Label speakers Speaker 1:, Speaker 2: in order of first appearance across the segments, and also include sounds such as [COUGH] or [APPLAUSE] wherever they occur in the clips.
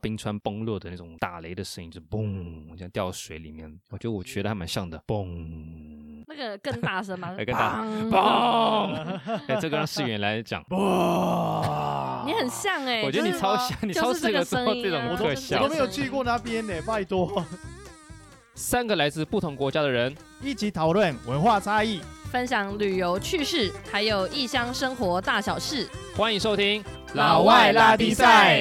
Speaker 1: 冰川崩落的那种打雷的声音，就是嘣，这样掉到水里面。我觉得我学的还蛮像的，嘣，
Speaker 2: 那个更大
Speaker 1: [LAUGHS]
Speaker 2: 声吗？
Speaker 1: 还哎更大
Speaker 2: 砰 [LAUGHS]
Speaker 1: 嘣。哎，这个让世源来讲，嘣。
Speaker 2: [LAUGHS] 你很像哎、
Speaker 1: 我觉得你
Speaker 2: 就是
Speaker 1: 超像，你
Speaker 2: 就是
Speaker 1: 超适合做
Speaker 2: 这个声音啊
Speaker 1: 这种
Speaker 2: 我都
Speaker 1: 特
Speaker 2: 这
Speaker 1: 效
Speaker 2: 样
Speaker 3: 我都。没有去过那边呢，拜托， [LAUGHS]
Speaker 1: 三个来自不同国家的人，
Speaker 3: 一起讨论文化差异。
Speaker 2: 分享旅游趣事，还有异乡生活大小事。
Speaker 1: 欢迎收听《
Speaker 2: 老外拉
Speaker 3: 力赛》。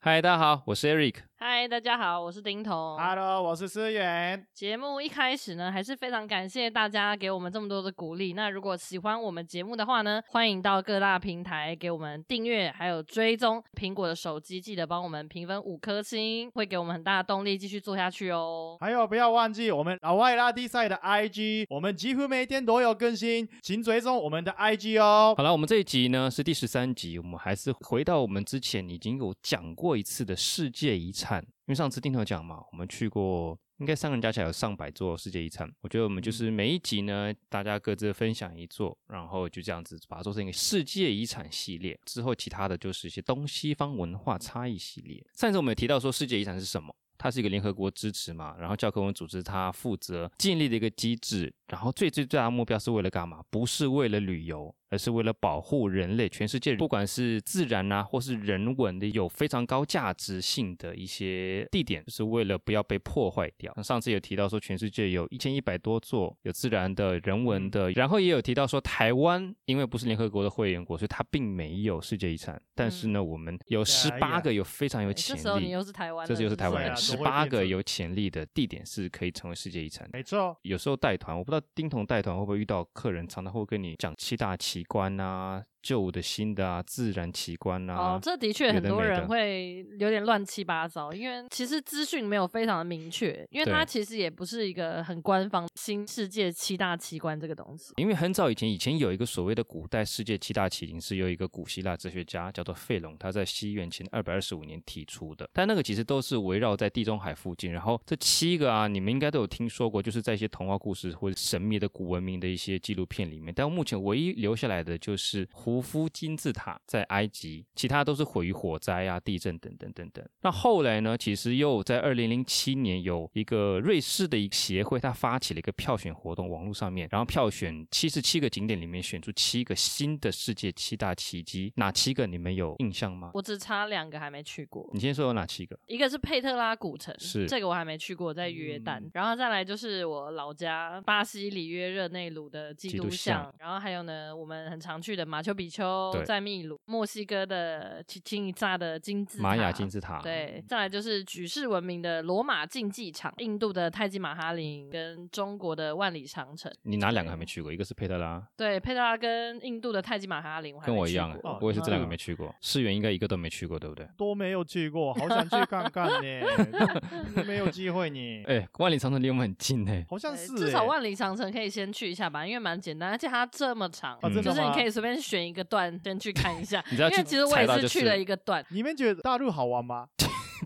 Speaker 1: 嗨，大家好，我是 Eric。
Speaker 2: 嗨，大家好，我是丁彤。
Speaker 1: 啊
Speaker 3: Hello，我是思源。
Speaker 2: 节目一开始呢，还是非常感谢大家给我们这么多的鼓励。那如果喜欢我们节目的话呢，欢迎到各大平台给我们订阅，还有追踪。苹果的手机记得帮我们评分五颗星，会给我们很大的动力继续做下去哦。
Speaker 3: 还有不要忘记我们老外拉力赛的 IG，我们几乎每天都有更新，请追踪我们的 IG 哦。
Speaker 1: 好了，我们这一集呢是第十三集，我们还是回到我们之前已经有讲过一次的世界遗产，因为上次定头讲嘛，我们去过。应该三个人加起来有上百座世界遗产，我觉得我们就是每一集呢，大家各自分享一座，然后就这样子把它做成一个世界遗产系列。之后其他的就是一些东西方文化差异系列。上一次我们有提到说世界遗产是什么，它是一个联合国支持嘛，然后教科文组织它负责建立的一个机制，然后最最最大的目标是为了干嘛？不是为了旅游，而是为了保护人类，全世界不管是自然啊，或是人文的，有非常高价值性的一些地点，就是为了不要被破坏掉。那上次有提到说，全世界有一千一百多座有自然的、人
Speaker 2: 嗯
Speaker 1: 文的，然后也有提到说，台湾因为不是联合国的会员国，所以它并没有世界遗产，但
Speaker 2: 嗯
Speaker 1: 是呢，我们有十八个有非常有
Speaker 2: 诶
Speaker 1: 潜
Speaker 2: 啊这
Speaker 1: 力。
Speaker 2: 时候你又是台湾人，
Speaker 1: 这是又是台湾
Speaker 3: 对
Speaker 1: 人，
Speaker 3: 啊
Speaker 1: 十
Speaker 3: 都会
Speaker 1: 八
Speaker 3: 变
Speaker 1: 个
Speaker 3: 成
Speaker 1: 有潜力的地点是可以成为世界遗产。
Speaker 3: 没错，
Speaker 1: 有时候带团，我不知道丁彤带团会不会遇到客人，常常会跟你讲七大奇观啊、旧的、新的啊、自然奇观啊
Speaker 2: 哦，。这的确
Speaker 1: 有
Speaker 2: 很
Speaker 1: 的
Speaker 2: 多
Speaker 1: 没
Speaker 2: 人
Speaker 1: 的
Speaker 2: 会有点乱七八糟，因为其实资讯没有非常的明确，因为它
Speaker 1: 对
Speaker 2: 其实也不是一个很官方新世界七大奇观这个东西。
Speaker 1: 因为很早以前，以前有一个所谓的古代世界七大奇景，是由一个古希腊哲学家叫做费隆，他在西元前二百二十五年提出的。但那个其实都是围绕在地中海附近。然后这七个啊，你们应该都有听说过，就是在一些童话故事或者神秘的古文明的一些纪录片里面。但目前唯一留下来的就是胡夫金字塔在埃及，其他都是毁于火灾啊、地震等等等等。那后来呢，其实又在二零零七年有一个瑞士的一个协会，它发起了一个票选活动，网络上面，然后票选七十七个景点里面选出七个新的世界七大奇迹，哪七个你们有印象吗？
Speaker 2: 我只差两个还没去过，
Speaker 1: 你先说有哪七个？
Speaker 2: 一个是佩特拉古城，
Speaker 1: 是嗯
Speaker 2: 这个我还没去过，在约旦。然后再来就是我老家巴西里约热内卢的基
Speaker 1: 基
Speaker 2: 督
Speaker 1: 督
Speaker 2: 像，
Speaker 1: 像
Speaker 2: 然后还有呢我们很常去的马丘比丘
Speaker 1: 对，
Speaker 2: 在秘鲁，墨西哥的奇琴伊萨的金字塔，
Speaker 1: 玛雅金字塔。。
Speaker 2: 对，再来就是举世闻名的罗马竞技场、印度的泰姬玛哈林跟中国的万里长城。
Speaker 1: 你哪两个还没去过？一个是佩特拉，
Speaker 2: 对，佩特拉跟印度的泰姬玛哈林，我还
Speaker 1: 跟
Speaker 2: 没
Speaker 1: 我一
Speaker 2: 去
Speaker 1: 样啊欸
Speaker 2: 过
Speaker 3: 哦，
Speaker 1: 我也是这两个
Speaker 3: 嗯
Speaker 1: 没去过。世元应该一个都没去过，对不对？
Speaker 2: [LAUGHS]
Speaker 3: 都没有去过，好想去看看
Speaker 1: [LAUGHS]
Speaker 3: 呢，都没有机会呢。
Speaker 1: 哎，万里长城离我们很近哎。
Speaker 3: 好 [LAUGHS] 像
Speaker 2: 对
Speaker 3: 是、欸，
Speaker 2: 至少万里长城可以先去一下吧，因为蛮简单，而且它这么长，
Speaker 3: 啊
Speaker 1: 真的。
Speaker 2: 就是你
Speaker 3: 吗
Speaker 2: 可以随便选一个段先去看一下
Speaker 1: 你只嗯 [LAUGHS] 要
Speaker 2: 因
Speaker 1: 去
Speaker 2: 为其实我
Speaker 1: 踩
Speaker 2: 也
Speaker 1: 到
Speaker 2: 是
Speaker 1: 就
Speaker 2: 去
Speaker 1: 是
Speaker 2: 了一个段，
Speaker 3: 你们觉得大陆好玩吗？
Speaker 1: [LAUGHS]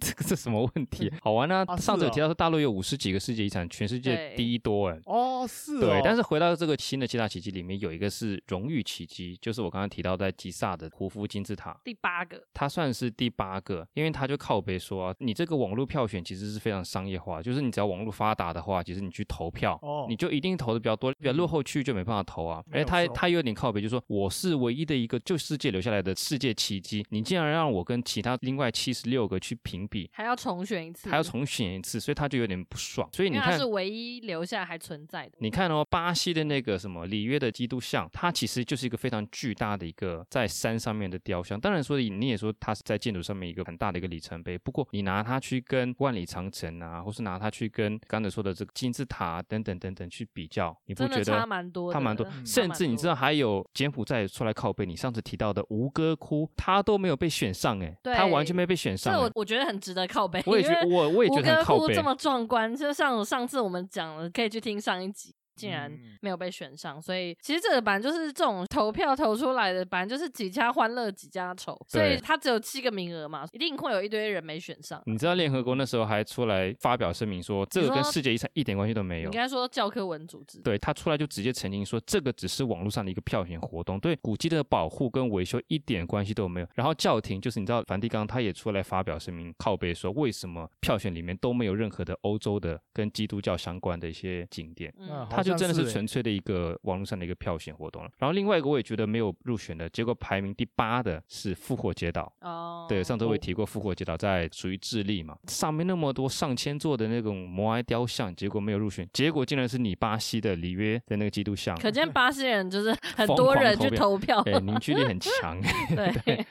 Speaker 1: 这个是什么问题？好玩啊！
Speaker 3: 啊
Speaker 1: 上次有
Speaker 3: 是哦
Speaker 1: 提到说大陆有五十几个世界遗产，全世界
Speaker 2: 对
Speaker 1: 第一多哎。
Speaker 3: 哦，是哦，
Speaker 1: 对，但是回到这个新的七大奇迹里面，有一个是荣誉奇迹，就是我刚刚提到在吉萨的胡夫金字塔，
Speaker 2: 第八个
Speaker 1: 它算是第八个，因为它就靠北说、啊，你这个网络票选其实是非常商业化，就是你只要网络发达的话，其实你去投票，
Speaker 3: 哦嗯
Speaker 1: 你就一定投的比较多，比较落后区域就没办法投啊。
Speaker 3: 没
Speaker 1: 而
Speaker 3: 有
Speaker 1: 它
Speaker 3: 错
Speaker 1: 它有点靠北，就是说我是唯一的一个就世界留下来的世界奇迹，你竟然让我跟其他另外七十六个去评比，
Speaker 2: 还要重选一次，
Speaker 1: 还要，重选一次，所以他就有点不爽。所以
Speaker 2: 嗯因
Speaker 1: 你
Speaker 2: 为它
Speaker 1: 看
Speaker 2: 是。唯一留下还存在的。
Speaker 1: 你看哦，巴西的那个什么里约的基督像，它其实就是一个非常巨大的一个在山上面的雕像。当然说，你也说它是在建筑上面一个很大的一个里程碑。不过你拿它去跟万里长城啊，或是拿它去跟刚才说的这个金字塔啊等等等等去比较，你不
Speaker 2: 真的
Speaker 1: 觉
Speaker 2: 差
Speaker 1: 得？
Speaker 2: 蛮多的，
Speaker 1: 它蛮多，
Speaker 2: 嗯
Speaker 1: 甚至你知。
Speaker 2: 差蛮多
Speaker 1: 道还有柬埔寨出来靠背，你上次提到的吴哥窟，它都没有被选上哎、
Speaker 2: 对
Speaker 1: 它完全没被选上、
Speaker 2: 这
Speaker 1: 欸
Speaker 2: 我。我觉得很值得靠背，
Speaker 1: 我也
Speaker 2: 因
Speaker 1: 觉得
Speaker 2: 为
Speaker 1: 我我也觉
Speaker 2: 吴
Speaker 1: 得很
Speaker 2: 哥
Speaker 1: 靠
Speaker 2: 窟
Speaker 1: 背
Speaker 2: 这。么壮观，就像上次我们讲了，可以去听上一集。竟然
Speaker 3: 嗯
Speaker 2: 没有被选上，所以其实这个版就是这种投票投出来的版，就是几家欢乐几家愁，所
Speaker 1: 对
Speaker 2: 以它只有七个名额嘛，一定会有一堆人没选上。
Speaker 1: 你知道联合国那时候还出来发表声明说，这个跟
Speaker 2: 说
Speaker 1: 世界遗产一点关系都没
Speaker 2: 你
Speaker 1: 有
Speaker 2: 应。该说教科文组织，
Speaker 1: 对他出来就直接澄清说，这个只是网络上的一个票选活动，对古迹的保护跟维修一点关系都没有。然后教廷就是你知道梵蒂冈他也出来发表声明，靠背说为什么票选里面都没有任何的欧洲的跟基督教相关的一些景点。
Speaker 2: 嗯，
Speaker 3: 好
Speaker 1: 它就
Speaker 3: 像
Speaker 1: 真的
Speaker 3: 是
Speaker 1: 是
Speaker 3: 欸
Speaker 1: 纯粹的一个网络上的一个票选活动了。然后另外一个我也觉得没有入选的，结果排名第八的是复活节岛。
Speaker 2: 哦，
Speaker 1: 对，上周我也
Speaker 3: 哦
Speaker 1: 提过，复活节岛在属于智利嘛，上面那么多上千座的那种摩埃雕像，结果没有入选，结果竟然是你巴西的里约的那个基督像，
Speaker 2: 可见巴西人就是
Speaker 1: [LAUGHS]
Speaker 2: 很
Speaker 1: 疯
Speaker 2: 多
Speaker 1: 狂
Speaker 2: 人
Speaker 1: 投
Speaker 2: 去
Speaker 1: 票
Speaker 2: 投票，
Speaker 1: 哎，凝聚力很
Speaker 2: [LAUGHS]
Speaker 1: 强， [LAUGHS]
Speaker 2: 对，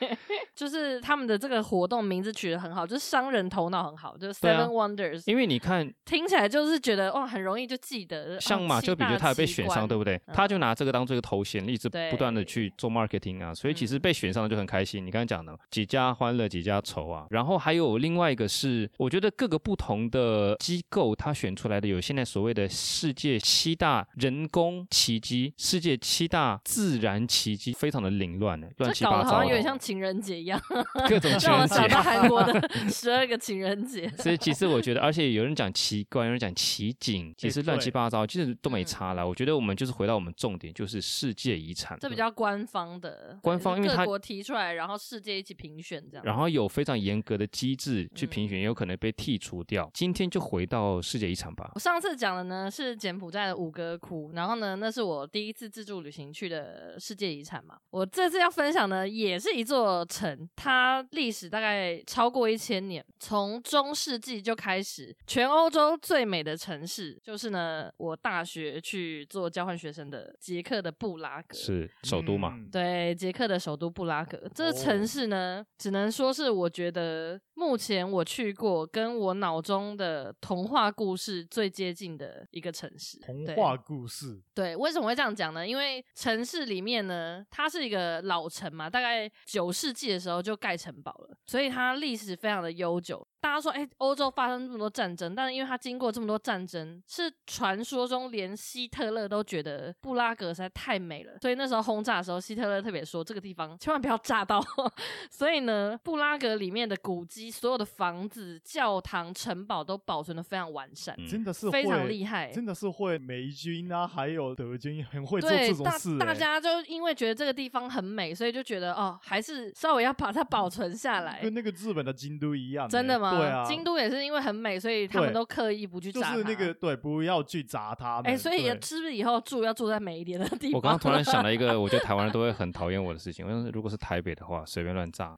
Speaker 2: 就是他们的这个活动名字取得很好，就是商人头脑很好，就是
Speaker 1: 对啊
Speaker 2: Seven Wonders，、
Speaker 1: 因为你看，
Speaker 2: 听起来就是觉得哇，很容易就记得。啊
Speaker 1: 像马丘
Speaker 2: 就
Speaker 1: 比丘他有被选上，对不对？他就拿这个当做一个头衔，一直不断的
Speaker 2: 嗯对
Speaker 1: 去做 marketing 啊，所以其实
Speaker 2: 嗯
Speaker 1: 被选上的就很开心。你刚刚讲的几家欢乐几家愁啊，然后还有另外一个是，我觉得各个不同的机构它选出来的有现在所谓的世界七大人工奇迹、世界七大自然奇迹，非常的凌乱的，乱七
Speaker 2: 这搞
Speaker 1: 八
Speaker 2: 得好
Speaker 1: 糟
Speaker 2: 像有
Speaker 1: 的，
Speaker 2: 点像情人节一样，
Speaker 1: 各种情
Speaker 2: 让我
Speaker 1: 人节
Speaker 2: 想。到韩国
Speaker 1: [LAUGHS]
Speaker 2: 的十二个情人 [LAUGHS] 节。
Speaker 1: 所以其实我觉得，而且有人讲奇观，有人讲奇景，其
Speaker 3: 哎
Speaker 1: 实乱
Speaker 3: 对
Speaker 1: 七八糟，其实都没
Speaker 2: 嗯
Speaker 1: 差啦。我觉得我们就是回到我们重点，就是世界遗产，
Speaker 2: 这比较官方的，
Speaker 1: 官
Speaker 2: 对
Speaker 1: 方因为它
Speaker 2: 各国提出来，然后世界一起评选这样。
Speaker 1: 然后有非常严格的机制去评
Speaker 2: 嗯
Speaker 1: 选，也有可能被剔除掉。今天就回到世界遗产吧
Speaker 2: 我。上次讲的呢是柬埔寨的五哥窟，然后呢，那是我第一次自助旅行去的世界遗产嘛。我这次要分享的也是一座城，它历史大概超过一千年，从中世纪就开始。全欧洲最美的城市就是呢，我大学去做交换学生的捷克的布拉格。
Speaker 1: 是首都嘛？
Speaker 3: 嗯
Speaker 2: 对，捷克的首都布拉格这个
Speaker 3: 哦
Speaker 2: 城市呢只能说是我觉得目前我去过跟我脑中的童话故事最接近的一个城市。
Speaker 3: 童
Speaker 2: 对
Speaker 3: 话故事，
Speaker 2: 对，为什么会这样讲呢？因为城市里面呢，它是一个老城嘛，大概九世纪的时候就盖城堡了，所以它历史非常的悠久。大家说，哎，欧洲发生这么多战争，但是因为它经过这么多战争，是传说中连希特勒都觉得布拉格实在太美了，所以那时候轰炸的时候，希特勒特别说这个地方千万不要炸到， [LAUGHS] 所以呢，布拉格里面的古迹、所有的房子、教堂、城堡都保存的非常完善，
Speaker 1: 嗯
Speaker 3: 真的是
Speaker 2: 非常
Speaker 3: 会
Speaker 2: 厉害，
Speaker 3: 真的是会美军啊，还有德军很会做
Speaker 2: 对，
Speaker 3: 这种事、欸
Speaker 2: 大大家就因为觉得这个地方很美，所以就觉得哦，还是稍微要把它保存下来
Speaker 3: 跟。那个日本的京都一样欸、
Speaker 2: 真的吗？
Speaker 3: 对啊，
Speaker 2: 京都也是因为很美，所以他们
Speaker 3: 对
Speaker 2: 都刻意不去
Speaker 3: 就
Speaker 2: 炸它。
Speaker 3: 是那个对，不要去砸他们。
Speaker 2: 哎、所以
Speaker 3: 对
Speaker 2: 是不是以后住要住在美一点的地方？
Speaker 1: 我刚刚突然想了一个，我觉得台湾人都会很讨厌我的事情。我想，如果是台北的话，随便乱
Speaker 2: [LAUGHS]
Speaker 1: 炸，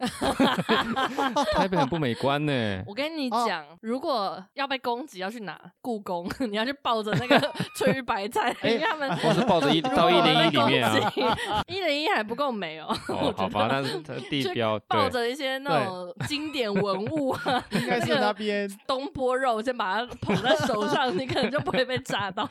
Speaker 1: 台北很不美观呢。
Speaker 2: 我跟你
Speaker 3: 哦
Speaker 2: 讲，如果要被攻击，要去哪？故宫， [LAUGHS] 你要去抱着
Speaker 3: [LAUGHS]
Speaker 2: 那个翠玉白菜，因为他们
Speaker 1: 我是抱着一哎啊 [LAUGHS] 到一零一里面啊，
Speaker 2: 啊， [LAUGHS] 一零一还不够美哦，
Speaker 1: 哦，好吧，那是它
Speaker 2: [LAUGHS]
Speaker 1: 地标
Speaker 2: 抱
Speaker 1: 对，
Speaker 2: 着一些那种经典文物啊，
Speaker 3: 应该是
Speaker 2: 那个
Speaker 3: 那边
Speaker 2: [LAUGHS] 东坡肉，先把它捧在手上，你可能就不会被炸到。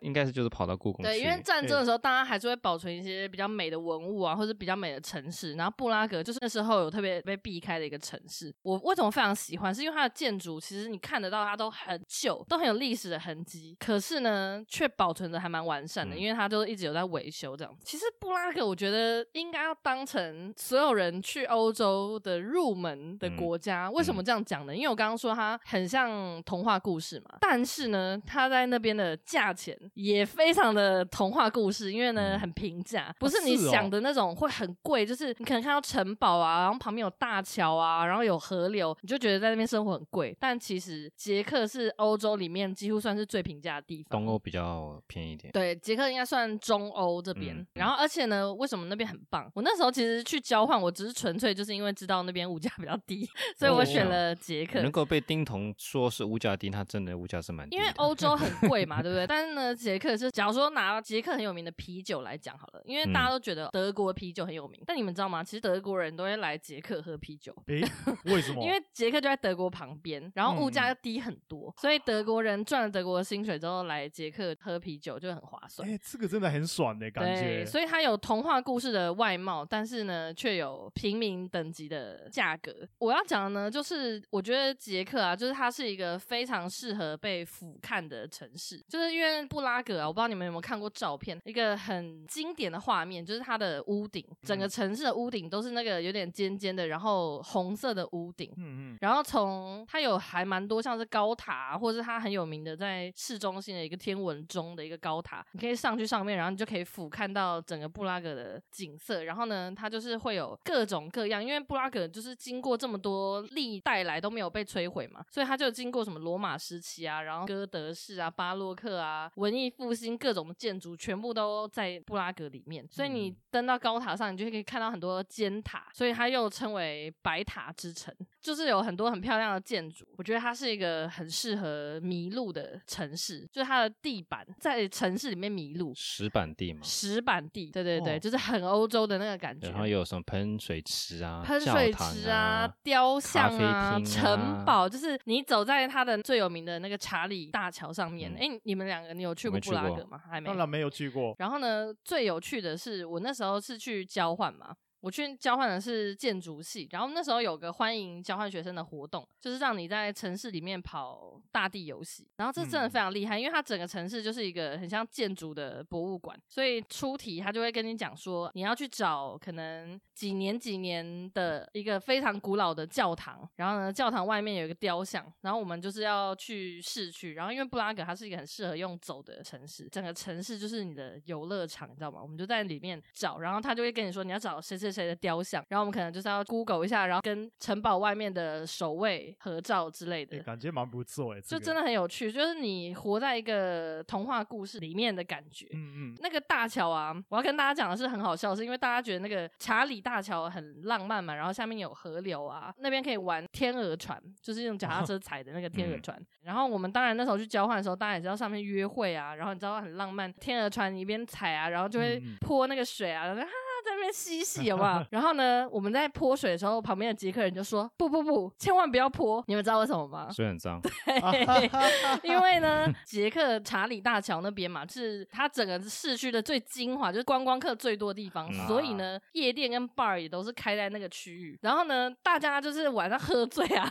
Speaker 1: 应该是就是跑到故宫去。
Speaker 2: [LAUGHS] 对，因为战争的时候，大家还是会保存一些比较美的文物啊，或者比较美的城市。然后布拉格就是那时候有特别被避开的一个城市。我为什么非常喜欢，是因为它的建筑其实你看得到它都很旧，都很有历史的痕迹，可是呢却保存的还蛮完善的，
Speaker 1: 嗯
Speaker 2: 因为它都一直有在维修这样。其实布拉格我觉得应该要当成所有人去欧洲的入门的
Speaker 1: 嗯
Speaker 2: 国家，为什么这样讲呢？因为我刚刚说它很像童话故事嘛，但是呢，它在那边的价钱也非常的童话故事，因为呢
Speaker 1: 嗯
Speaker 2: 很平价，不是你
Speaker 3: 是哦
Speaker 2: 想的那种会很贵，就是你可能看到城堡啊，然后旁边有大桥啊，然后有河流，你就觉得在那边生活很贵。但其实捷克是欧洲里面几乎算是最平价的地方，
Speaker 1: 东欧比较偏一点，
Speaker 2: 对，捷克应该算中欧这边。
Speaker 1: 嗯
Speaker 2: 然后，而且呢，为什么那边很棒？我那时候其实去交换，我只是纯粹就是因为知道那边物价比较低，所
Speaker 1: 哦
Speaker 2: 以我选了捷克。
Speaker 1: 能够被丁彤说是物价低，它真的物价是蛮低
Speaker 2: 因
Speaker 1: 的。
Speaker 2: 为欧洲很贵
Speaker 1: [LAUGHS]
Speaker 2: 嘛，对不对？但是呢，捷克是，假如说拿捷克很有名的啤酒来讲好了，因为大
Speaker 1: 嗯
Speaker 2: 家都觉得德国啤酒很有名，但你们知道吗？其实德国人都会来捷克喝啤
Speaker 1: 哦
Speaker 2: 酒，
Speaker 3: 诶，为什么？
Speaker 2: 因为捷克就在德国旁边，然后物价
Speaker 3: 嗯
Speaker 2: 又低很多，所以德国人赚了德国的薪水之后来捷克喝啤酒就很划算
Speaker 3: 哎、。这个真的很爽的、感觉。
Speaker 2: 对，所以它有童话故事的外貌，但是呢，却有平民等级的价格。我要讲的呢，就是我我觉得捷克啊，就是它是一个非常适合被俯瞰的城市，就是因为布拉格啊，我不知道你们有没有看过照片，一个很经典的画面就是它的屋顶，整
Speaker 3: 嗯
Speaker 2: 个城市的屋顶都是那个有点尖尖的，然后红色的屋顶，
Speaker 3: 嗯嗯，
Speaker 2: 然后从它有还蛮多像是高塔啊、或者是它很有名的在市中心的一个天文钟的一个高塔，你可以上去上面，然后你就可以俯瞰到整个布拉格的景色。然后呢，它就是会有各种各样，因为布拉格就是经过这么多历代来都没有被摧毁嘛，所以它就经过什么罗马时期啊，然后哥德式啊、巴洛克啊、文艺复兴各种的建筑，全部都在布拉格里面。所以你登到高塔上，你就可以看到很多尖塔，所以它又称为白塔之城。就是有很多很漂亮的建筑，我觉得它是一个很适合迷路的城市，就是它的地板在城市里面迷路，
Speaker 1: 石板地嘛，
Speaker 2: 石板地，对对对，
Speaker 3: 哦
Speaker 2: 就是很欧洲的那个感觉
Speaker 1: 然。后又有什么喷水池啊、
Speaker 2: 喷
Speaker 1: 教
Speaker 2: 水
Speaker 1: 堂
Speaker 2: 池
Speaker 1: 啊、
Speaker 2: 雕像
Speaker 1: 咖啡
Speaker 2: 啊、
Speaker 1: 厅啊
Speaker 2: 城堡，就是你走在它的最有名的那个查理大桥上面。
Speaker 1: 嗯
Speaker 2: 哎、你们两个，你有去
Speaker 1: 我
Speaker 2: 过
Speaker 1: 没
Speaker 2: 布
Speaker 1: 去
Speaker 2: 拉
Speaker 1: 过
Speaker 2: 格吗？还没。
Speaker 3: 嗯当然没有去过，
Speaker 2: 然后呢，最有趣的是，我那时候是去交换嘛，我去交换的是建筑系，然后那时候有个欢迎交换学生的活动，就是让你在城市里面跑大地游戏，然后这真的非常厉害，因为它整个城市就是一个很像建筑的博物馆，所以出题他就会跟你讲说，你要去找可能几年几年的一个非常古老的教堂，然后呢，教堂外面有一个雕像，然后我们就是要去市区，然后因为布拉格它是一个很适合用走的城市，整个城市就是你的游乐场，你知道吗？我们就在里面找，然后他就会跟你说你要找谁谁谁的雕像，然后我们可能就是要 Google 一下，然后跟城堡外面的守卫合照之类的
Speaker 3: 哎，。感觉蛮不错哎，这
Speaker 2: [LAUGHS] 就
Speaker 3: 个
Speaker 2: 真，的很有趣，就是你活在一个童话故事里面的感觉。
Speaker 3: 嗯嗯，
Speaker 2: 那个大桥啊，我要跟大家讲的是很好笑，是因为大家觉得那个查理大桥很浪漫嘛，然后下面有河流啊，那边可以玩天鹅船，就是用脚
Speaker 3: 哦
Speaker 2: 踏车踩的那个天鹅
Speaker 3: 嗯
Speaker 2: 船。然后我们当然那时候去交换的时候，大家也知道上面约会啊，然后你知道很浪漫，天鹅船你一边踩啊，然后就会
Speaker 3: 嗯嗯
Speaker 2: 泼那个水啊，然后就啊在那边嬉戏好不
Speaker 3: [LAUGHS]
Speaker 2: 好？然后呢，我们在泼水的时候，旁边的捷克人就说：“不不不，千万不要泼！”你们知道为什么吗？
Speaker 1: 水很脏，
Speaker 3: 啊
Speaker 2: 因为呢，捷克查理大桥那边嘛，是它整个市区的最精华，就是观光客最多的地方，
Speaker 1: 嗯
Speaker 2: 所以呢，夜店跟 bar 也都是开在那个区域。然后呢，大家就是晚上喝醉啊，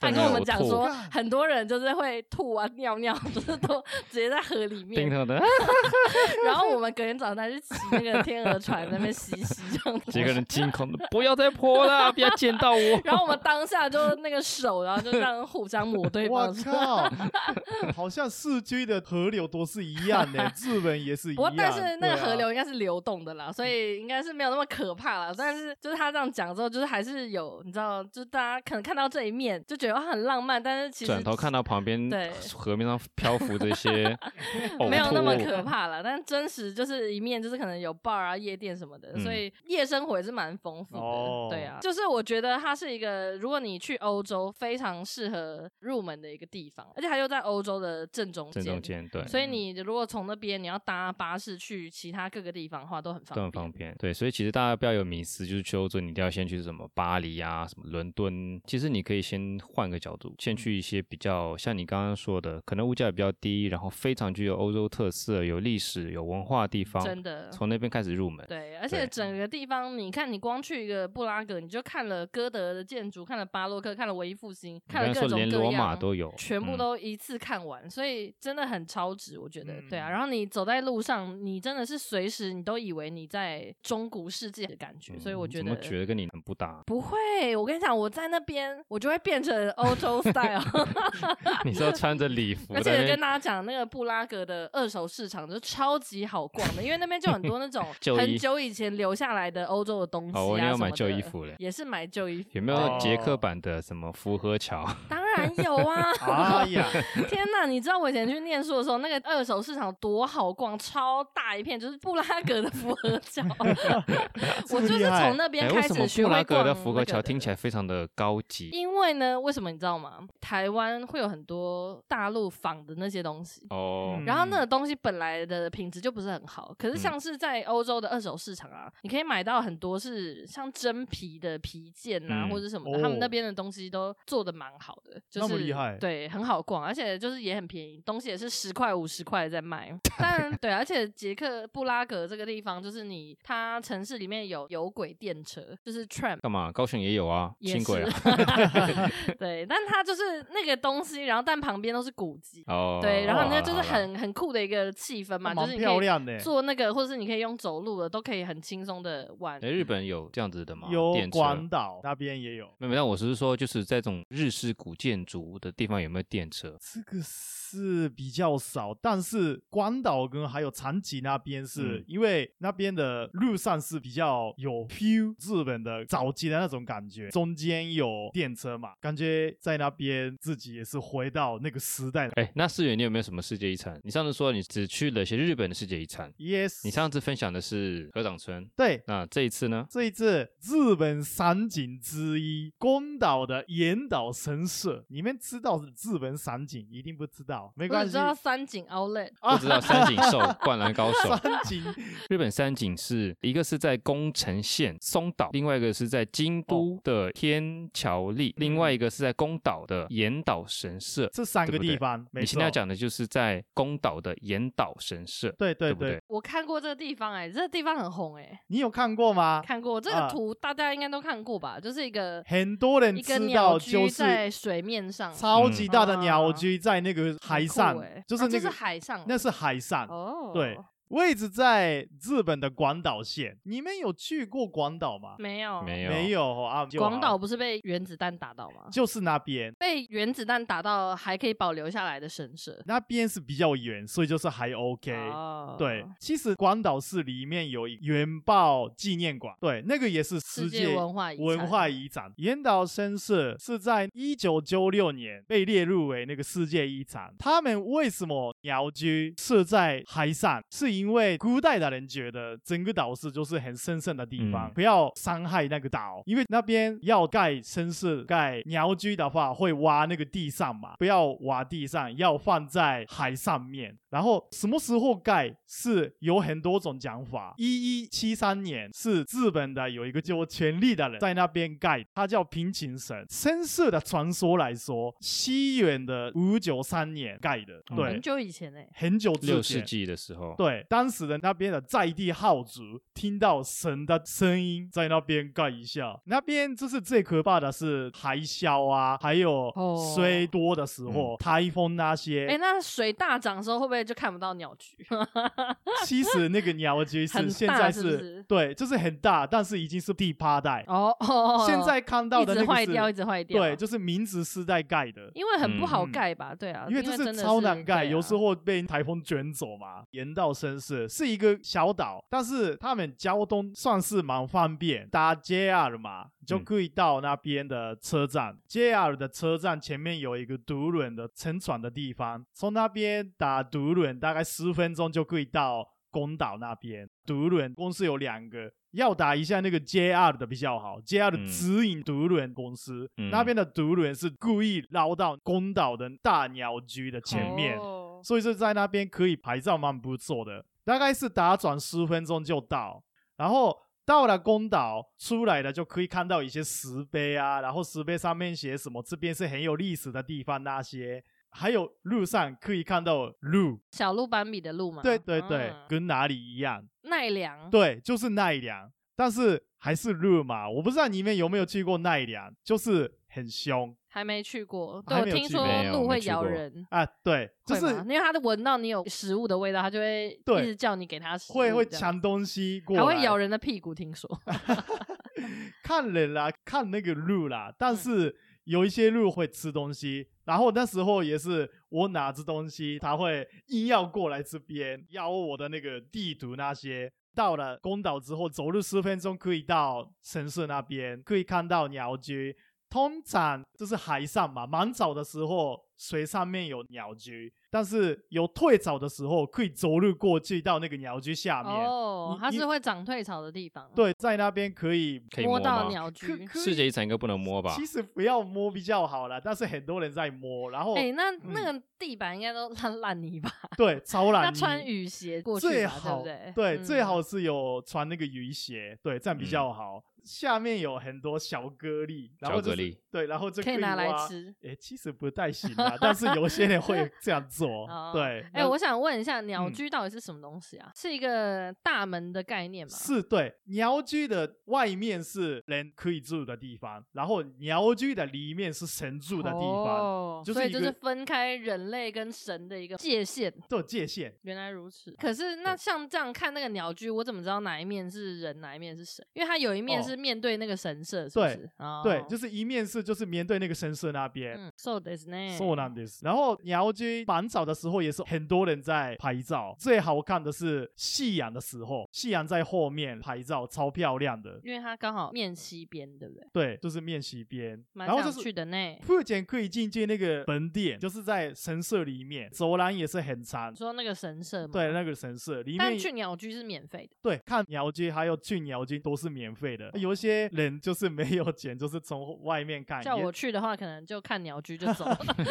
Speaker 2: 他跟我们讲说，很多人就是会吐啊、尿尿， [LAUGHS] 就是都直接在河里面
Speaker 1: 叮。头
Speaker 2: [LAUGHS]
Speaker 1: 的
Speaker 2: 然后我们隔天早上再去骑那个天鹅船，在那边洗洗这样子。
Speaker 1: 几个人惊恐的，不要再泼了，不要溅到我
Speaker 2: [LAUGHS] 。然后我们当下就那个手，然后就这样互相抹对
Speaker 3: 我
Speaker 2: 方。 [LAUGHS]
Speaker 3: 靠，好像市区的河流都是一样的，日本也是一
Speaker 2: 不过
Speaker 3: 样，，
Speaker 2: 但是那个
Speaker 3: 对啊
Speaker 2: 河流应该是流动的啦，所以应该是没有那么可怕啦。但是就是他这样讲之后，就是还是有，你知道，就是大家可能看到这一面就觉得哇很浪漫，但是其实
Speaker 1: 转头看到旁边呃
Speaker 2: 对
Speaker 1: 河面上漂浮这些呕
Speaker 2: [LAUGHS] 没有那么
Speaker 1: 吐物
Speaker 2: 可怕啦。但真实就是一面就是可能有 bar 啊、夜店什么的，
Speaker 1: 嗯
Speaker 2: 所以夜生活也是蛮丰富的。
Speaker 3: 哦
Speaker 2: 对啊，就是我觉得它是一个，如果你去欧洲非常适合入门的一个地方，而且它又在欧洲的正中间。
Speaker 1: 正中间嗯对。
Speaker 2: 所以你如果从那边你要搭巴士去其他各个地方的话，都很
Speaker 1: 都
Speaker 2: 方便。
Speaker 1: 很方便，对，所以其实大家不要有迷思，就是去欧洲你一定要先去什么巴黎啊，什么伦敦。其实你可以先换个角度，先
Speaker 2: 嗯
Speaker 1: 去一些比较像你刚刚说的，可能物价也比较低，然后非常具有欧洲特色、有历史、有文化的地方，
Speaker 2: 真的。
Speaker 1: 从那边开始入门。
Speaker 2: 对，而且
Speaker 1: 对
Speaker 2: 整个地方，你看，你光去一个布拉格，你就看了哥德的建筑，看了巴洛克，看了文艺复兴，
Speaker 1: 你
Speaker 2: 看了
Speaker 1: 刚才
Speaker 2: 各
Speaker 1: 说
Speaker 2: 种
Speaker 1: 连
Speaker 2: 各
Speaker 1: 罗马
Speaker 2: 样，
Speaker 1: 都有，
Speaker 2: 全部
Speaker 1: 嗯
Speaker 2: 都一次看完，所以真的很超值，我觉得。对啊，
Speaker 3: 嗯
Speaker 2: 然后你走在路上，你真的是随时你都以为你在中古世界的感觉，所以
Speaker 1: 嗯
Speaker 2: 我觉
Speaker 1: 怎么
Speaker 2: 得。？
Speaker 1: 觉得跟你很不搭
Speaker 2: [LAUGHS] 不会，我跟你讲，我在那边我就会变成欧洲 style，
Speaker 1: 你是要穿着礼服
Speaker 2: [LAUGHS] 而
Speaker 1: 在
Speaker 2: 且
Speaker 1: 那
Speaker 2: 跟
Speaker 1: 边
Speaker 2: 大家讲，那个布拉格的二手市场就超级好逛的，因为那边就很多那种
Speaker 1: [LAUGHS] 旧衣
Speaker 2: 很久以前留下来的欧洲的东西啊
Speaker 1: 哦，我也要
Speaker 2: 什么
Speaker 1: 买
Speaker 2: 的
Speaker 1: 旧衣服
Speaker 2: [LAUGHS]
Speaker 1: 嘞。
Speaker 2: 也是买旧衣服，
Speaker 1: 有没有
Speaker 3: 哦
Speaker 1: 捷克版的什么福和桥？
Speaker 2: 当然有
Speaker 1: [LAUGHS]
Speaker 2: 啊！
Speaker 3: 哎呀，
Speaker 2: [LAUGHS] 天哪，你知道我以前去念书的时候，那个二手市场多好逛，超大一片，就是布拉格的福和
Speaker 1: [LAUGHS]
Speaker 2: 桥。我就是从那 [LAUGHS] 边
Speaker 1: 哎，为
Speaker 2: 开
Speaker 1: 什么
Speaker 2: 始学
Speaker 1: 布
Speaker 2: 会
Speaker 1: 拉
Speaker 2: 逛
Speaker 1: 格
Speaker 2: 那
Speaker 1: 的
Speaker 2: 个
Speaker 1: 福和桥听起来非常的高级？
Speaker 2: 因为呢，为什么你知道吗？台湾会有很多大陆仿的那些东西，
Speaker 1: 哦，
Speaker 2: 然后那个东西本来的品质就不是很好，可是像是在欧洲的二手市场啊，你可以买到很多是像真皮的皮件啊，
Speaker 1: 嗯
Speaker 2: 或者什么的，
Speaker 3: 哦
Speaker 2: 他们那边的东西都做的蛮好的。就是
Speaker 3: 那么厉害
Speaker 2: 对，很好逛，而且就是也很便宜，东西也是十块五十块在卖。 [LAUGHS] 当然，对，而且捷克布拉格这个地方，就是你它城市里面有有轨电车，就是 tram。
Speaker 1: 干嘛？高雄也有啊，
Speaker 2: 也
Speaker 1: 轻轨
Speaker 2: [LAUGHS]
Speaker 1: 啊。
Speaker 2: 是， [LAUGHS] 对，但它就是那个东西，然后但旁边都是古迹，
Speaker 1: 哦，
Speaker 2: 对，然后
Speaker 1: 好
Speaker 2: 呢
Speaker 1: 啦
Speaker 2: 就是。
Speaker 1: 好啦
Speaker 2: 很很酷的一个气氛嘛，
Speaker 3: 那
Speaker 2: 就
Speaker 3: 蛮
Speaker 2: 是你可以
Speaker 3: 漂亮的欸，
Speaker 2: 坐那个，或者是你可以用走路的，都可以很轻松的玩。
Speaker 1: 哎，日本有这样子的吗？
Speaker 3: 有
Speaker 1: 电车
Speaker 3: 广岛那边也有，
Speaker 1: 没有，但我只是说，就是在这种日式古建筑的地方有没有电车？
Speaker 3: 这个是比较少，但是关岛跟还有长崎那边是、
Speaker 1: 嗯
Speaker 3: 因为那边的路上是比较有 feel 日本的早期的那种感觉，中间有电车嘛，感觉在那边自己也是回到那个时代。
Speaker 1: 哎，那世远，你有没有什么世界遗产？你上次说你只去了一些日本的世界遗产，
Speaker 3: yes，
Speaker 1: 你上次分享的是河掌村，
Speaker 3: 对
Speaker 1: 那这一次呢？
Speaker 3: 这一次日本三景之一宫岛的岩岛神社，你们知道日本三景一定不知道，没
Speaker 2: 我
Speaker 3: 关
Speaker 2: 只
Speaker 3: 系啊
Speaker 2: 知。道三井 Outlet，
Speaker 1: 不知道三井
Speaker 2: [LAUGHS]
Speaker 1: 寿、灌篮高手。
Speaker 3: 三景
Speaker 1: 日本三景是一个是在宫城县松岛，另外一个是在京
Speaker 2: 哦
Speaker 1: 都的天桥立，另外一个是在宫岛的岩岛神社。
Speaker 3: 这三个
Speaker 1: 对不对
Speaker 3: 地方，没
Speaker 1: 你现
Speaker 3: 错
Speaker 1: 在，讲的就是在宫岛的岩岛神社，
Speaker 3: 对对
Speaker 1: 对不对？
Speaker 2: 我看过这个地方、哎，这个地方很红、哎，
Speaker 3: 你有看过吗？
Speaker 2: 看过这
Speaker 3: 啊
Speaker 2: 个图，大家应该都看过吧？就是一个
Speaker 3: 很多人
Speaker 2: 一个
Speaker 3: 知
Speaker 2: 鸟
Speaker 3: 道，
Speaker 2: 居
Speaker 3: 就是
Speaker 2: 在水面上，
Speaker 3: 超级大的
Speaker 2: 嗯
Speaker 3: 鸟居在那个海上，
Speaker 2: 很酷哎
Speaker 3: 就是
Speaker 2: 啊
Speaker 3: 那
Speaker 2: 这
Speaker 3: 个、
Speaker 2: 是海上，
Speaker 3: 那是海上，
Speaker 2: 哦，
Speaker 3: 对，位置在日本的广岛县。你们有去过广岛吗？
Speaker 2: 没有
Speaker 1: 没有，
Speaker 3: 没有哦啊，就
Speaker 2: 广岛
Speaker 3: 好
Speaker 2: 不是被原子弹打到吗？
Speaker 3: 就是那边，
Speaker 2: 被原子弹打到还可以保留下来的神社。
Speaker 3: 那边是比较远，所以就是还 OK。
Speaker 2: 哦
Speaker 3: 对，其实广岛市里面有原爆纪念馆，对，那个也是
Speaker 2: 世
Speaker 3: 世
Speaker 2: 界文化遗产欸
Speaker 3: 文化遗产。岩岛绅社是在一九九六年被列入为那个世界遗产。他们为什么鸟居设在海上？是因为古代的人觉得整个岛是就是很神圣的地方，
Speaker 1: 嗯
Speaker 3: 不要伤害那个岛，因为那边要盖绅社、盖鸟居的话，会挖那个地上嘛，不要挖地上，要放在海上面。然后什么时候盖是有很多种讲法。一一七三年是日本的有一个有权力的人在那边盖，他叫平秦神。绅社的传说来说，西元的五九三年盖的，
Speaker 1: 嗯
Speaker 3: 对
Speaker 2: 很，久以前哎、
Speaker 3: 很久之
Speaker 1: 六世
Speaker 3: 前。
Speaker 1: 纪的时候，
Speaker 3: 对，当时的那边的在地号族听到神的声音，在那边盖一下。那边就是最可怕的是海啸啊，还有
Speaker 2: 哦
Speaker 3: 水多的时候，台风那些。
Speaker 2: 哎、那水大涨的时候会不会就看不到鸟居？ [LAUGHS]
Speaker 3: 其实那个鸟居
Speaker 2: 很
Speaker 3: 是现
Speaker 2: 大
Speaker 3: 在
Speaker 2: 是不是
Speaker 3: 对，就是很大，但是已经是第八代。
Speaker 2: 哦哦，
Speaker 3: 现在看到
Speaker 2: 一
Speaker 3: 的
Speaker 2: 直
Speaker 3: 那个
Speaker 2: 坏
Speaker 3: 是，
Speaker 2: 掉，一直坏掉，啊
Speaker 3: 对，就是明治时代盖的。
Speaker 2: 因为很不好
Speaker 3: 嗯
Speaker 2: 盖吧？对啊，
Speaker 3: 因为
Speaker 2: 这
Speaker 3: 这
Speaker 2: 是
Speaker 3: 是超难盖，
Speaker 2: 对啊
Speaker 3: 有时
Speaker 1: 哦
Speaker 3: 候被台风卷走嘛。岩道绅士是一个小岛，但是他们交通算是蛮方便，搭 JR 嘛，就可以到那边的车站。JR 的车站前面有一个独轮的乘船的地方，从那边打独轮大概十分钟就可以到宫岛那边。独轮公司有两个。要打一下那个 JR 的比较好，JR
Speaker 1: 嗯
Speaker 3: 指引独轮公司、
Speaker 1: 嗯
Speaker 3: 那边的独轮是故意捞到宫岛的大鸟居的前面，
Speaker 2: 哦
Speaker 3: 所以是在那边可以拍照蛮不错的，大概是打转十分钟就到，然后到了宫岛出来了就可以看到一些石碑啊，然后石碑上面写什么这边是很有历史的地方那些，还有路上可以看到鹿，
Speaker 2: 小鹿斑比的鹿嘛，
Speaker 3: 对对对，
Speaker 2: 嗯
Speaker 3: 跟哪里一样，
Speaker 2: 奈良，
Speaker 3: 对，就是奈良，但是还是鹿嘛，我不知道你们有没有去过奈良，就是很凶
Speaker 2: 还没去过，对
Speaker 3: 还
Speaker 2: 我
Speaker 3: 没有
Speaker 2: 听
Speaker 3: 去
Speaker 2: 说
Speaker 1: 过没有
Speaker 2: 鹿
Speaker 1: 没
Speaker 2: 会
Speaker 1: 去
Speaker 2: 咬
Speaker 1: 过
Speaker 2: 人。
Speaker 3: 啊，对，就
Speaker 2: 会
Speaker 3: 是
Speaker 2: 吗因为它闻到你有食物的味道，它就会
Speaker 3: 对
Speaker 2: 一直叫你给它食物这
Speaker 3: 会
Speaker 2: 样，
Speaker 3: 会抢东西过来，
Speaker 2: 还会咬人的屁股。听说
Speaker 3: 看人啦，看那个鹿啦，但
Speaker 2: 嗯
Speaker 3: 是有一些鹿会吃东西，然后那时候也是我拿着东西，它会硬要过来这边咬我的那个地图那些。到了宫岛之后，走路十分钟可以到神社那边，可以看到鸟居。通常就是海上嘛，蛮早的时候水上面有鸟居，但是有退潮的时候可以走路过去到那个鸟居下面。
Speaker 2: 哦
Speaker 3: 你，
Speaker 2: 它
Speaker 3: 你
Speaker 2: 是会长退潮的地方，，啊
Speaker 3: 对，在那边可以
Speaker 1: 可以
Speaker 2: 摸到
Speaker 1: 吗
Speaker 2: 鸟
Speaker 3: 可
Speaker 2: 居。
Speaker 3: 可以
Speaker 1: 世界遗产应该不能摸吧
Speaker 3: 其？实不要摸比较好啦，但是很多人在摸，然后、
Speaker 2: 哎、那那
Speaker 3: 嗯
Speaker 2: 个地板应该都烂烂泥巴，
Speaker 3: 对超
Speaker 2: 那
Speaker 3: 懒泥，
Speaker 2: 穿雨鞋过去
Speaker 3: 最
Speaker 2: 吧，对
Speaker 3: 好
Speaker 2: 不对？嗯
Speaker 3: 最好是有穿那个雨鞋，对，这样比较好。下面有很多小颗粒，然后、
Speaker 1: 小
Speaker 3: 就
Speaker 1: 蛤
Speaker 3: 是、
Speaker 1: 蜊
Speaker 3: 对，然后就
Speaker 2: 可以拿来
Speaker 3: 挖。
Speaker 2: 吃。
Speaker 3: 诶，其实不太行啊，但是
Speaker 2: [LAUGHS]
Speaker 3: 有些人会这样做
Speaker 2: 哦，
Speaker 3: 对。
Speaker 2: 哎、
Speaker 3: 那
Speaker 2: 我想问一下，鸟
Speaker 3: 嗯
Speaker 2: 居到底是什么东西啊？是一个大门的概念吗？
Speaker 3: 是对鸟居的外面是人可以住的地方，然后鸟居的里面是神住的地方，
Speaker 2: 哦
Speaker 3: 就是
Speaker 2: 所以
Speaker 3: 一
Speaker 2: 就
Speaker 3: 个
Speaker 2: 是分开人类跟神的一个界限。
Speaker 3: 这、种界限。
Speaker 2: 原来如此。可是那像这样看那个鸟居，我怎么知道哪一面是人，哪一面是神？因为它有一面
Speaker 3: 哦
Speaker 2: 是面对那个神社，是不
Speaker 3: 对
Speaker 2: 是？哦
Speaker 3: 对，就是一面是就是面对那个神社那边，
Speaker 2: 嗯，so 嗯 this name，
Speaker 3: そうなんです。然后鸟居蛮早的时候也是很多人在拍照，最好看的是夕阳的时候，夕阳在后面拍照超漂亮的。
Speaker 2: 因为它刚好面西边，对不对？
Speaker 3: 对，就是面西边，
Speaker 2: 蛮
Speaker 3: 然后
Speaker 2: 想
Speaker 3: 就是
Speaker 2: 去的欸呢。
Speaker 3: 富简可以进去那个本殿，就是在神社里面，走廊也是很长
Speaker 2: 你。说那个神社吗？
Speaker 3: 对，那个神社里
Speaker 2: 但
Speaker 3: 面，
Speaker 2: 去鸟居是免费的。
Speaker 3: 对，看鸟居还有去鸟居都是免费的。有些人就是没有钱，就是从外面看。
Speaker 2: 叫
Speaker 3: 也
Speaker 2: 我去的话，可能就看鸟居就走。
Speaker 3: [LAUGHS]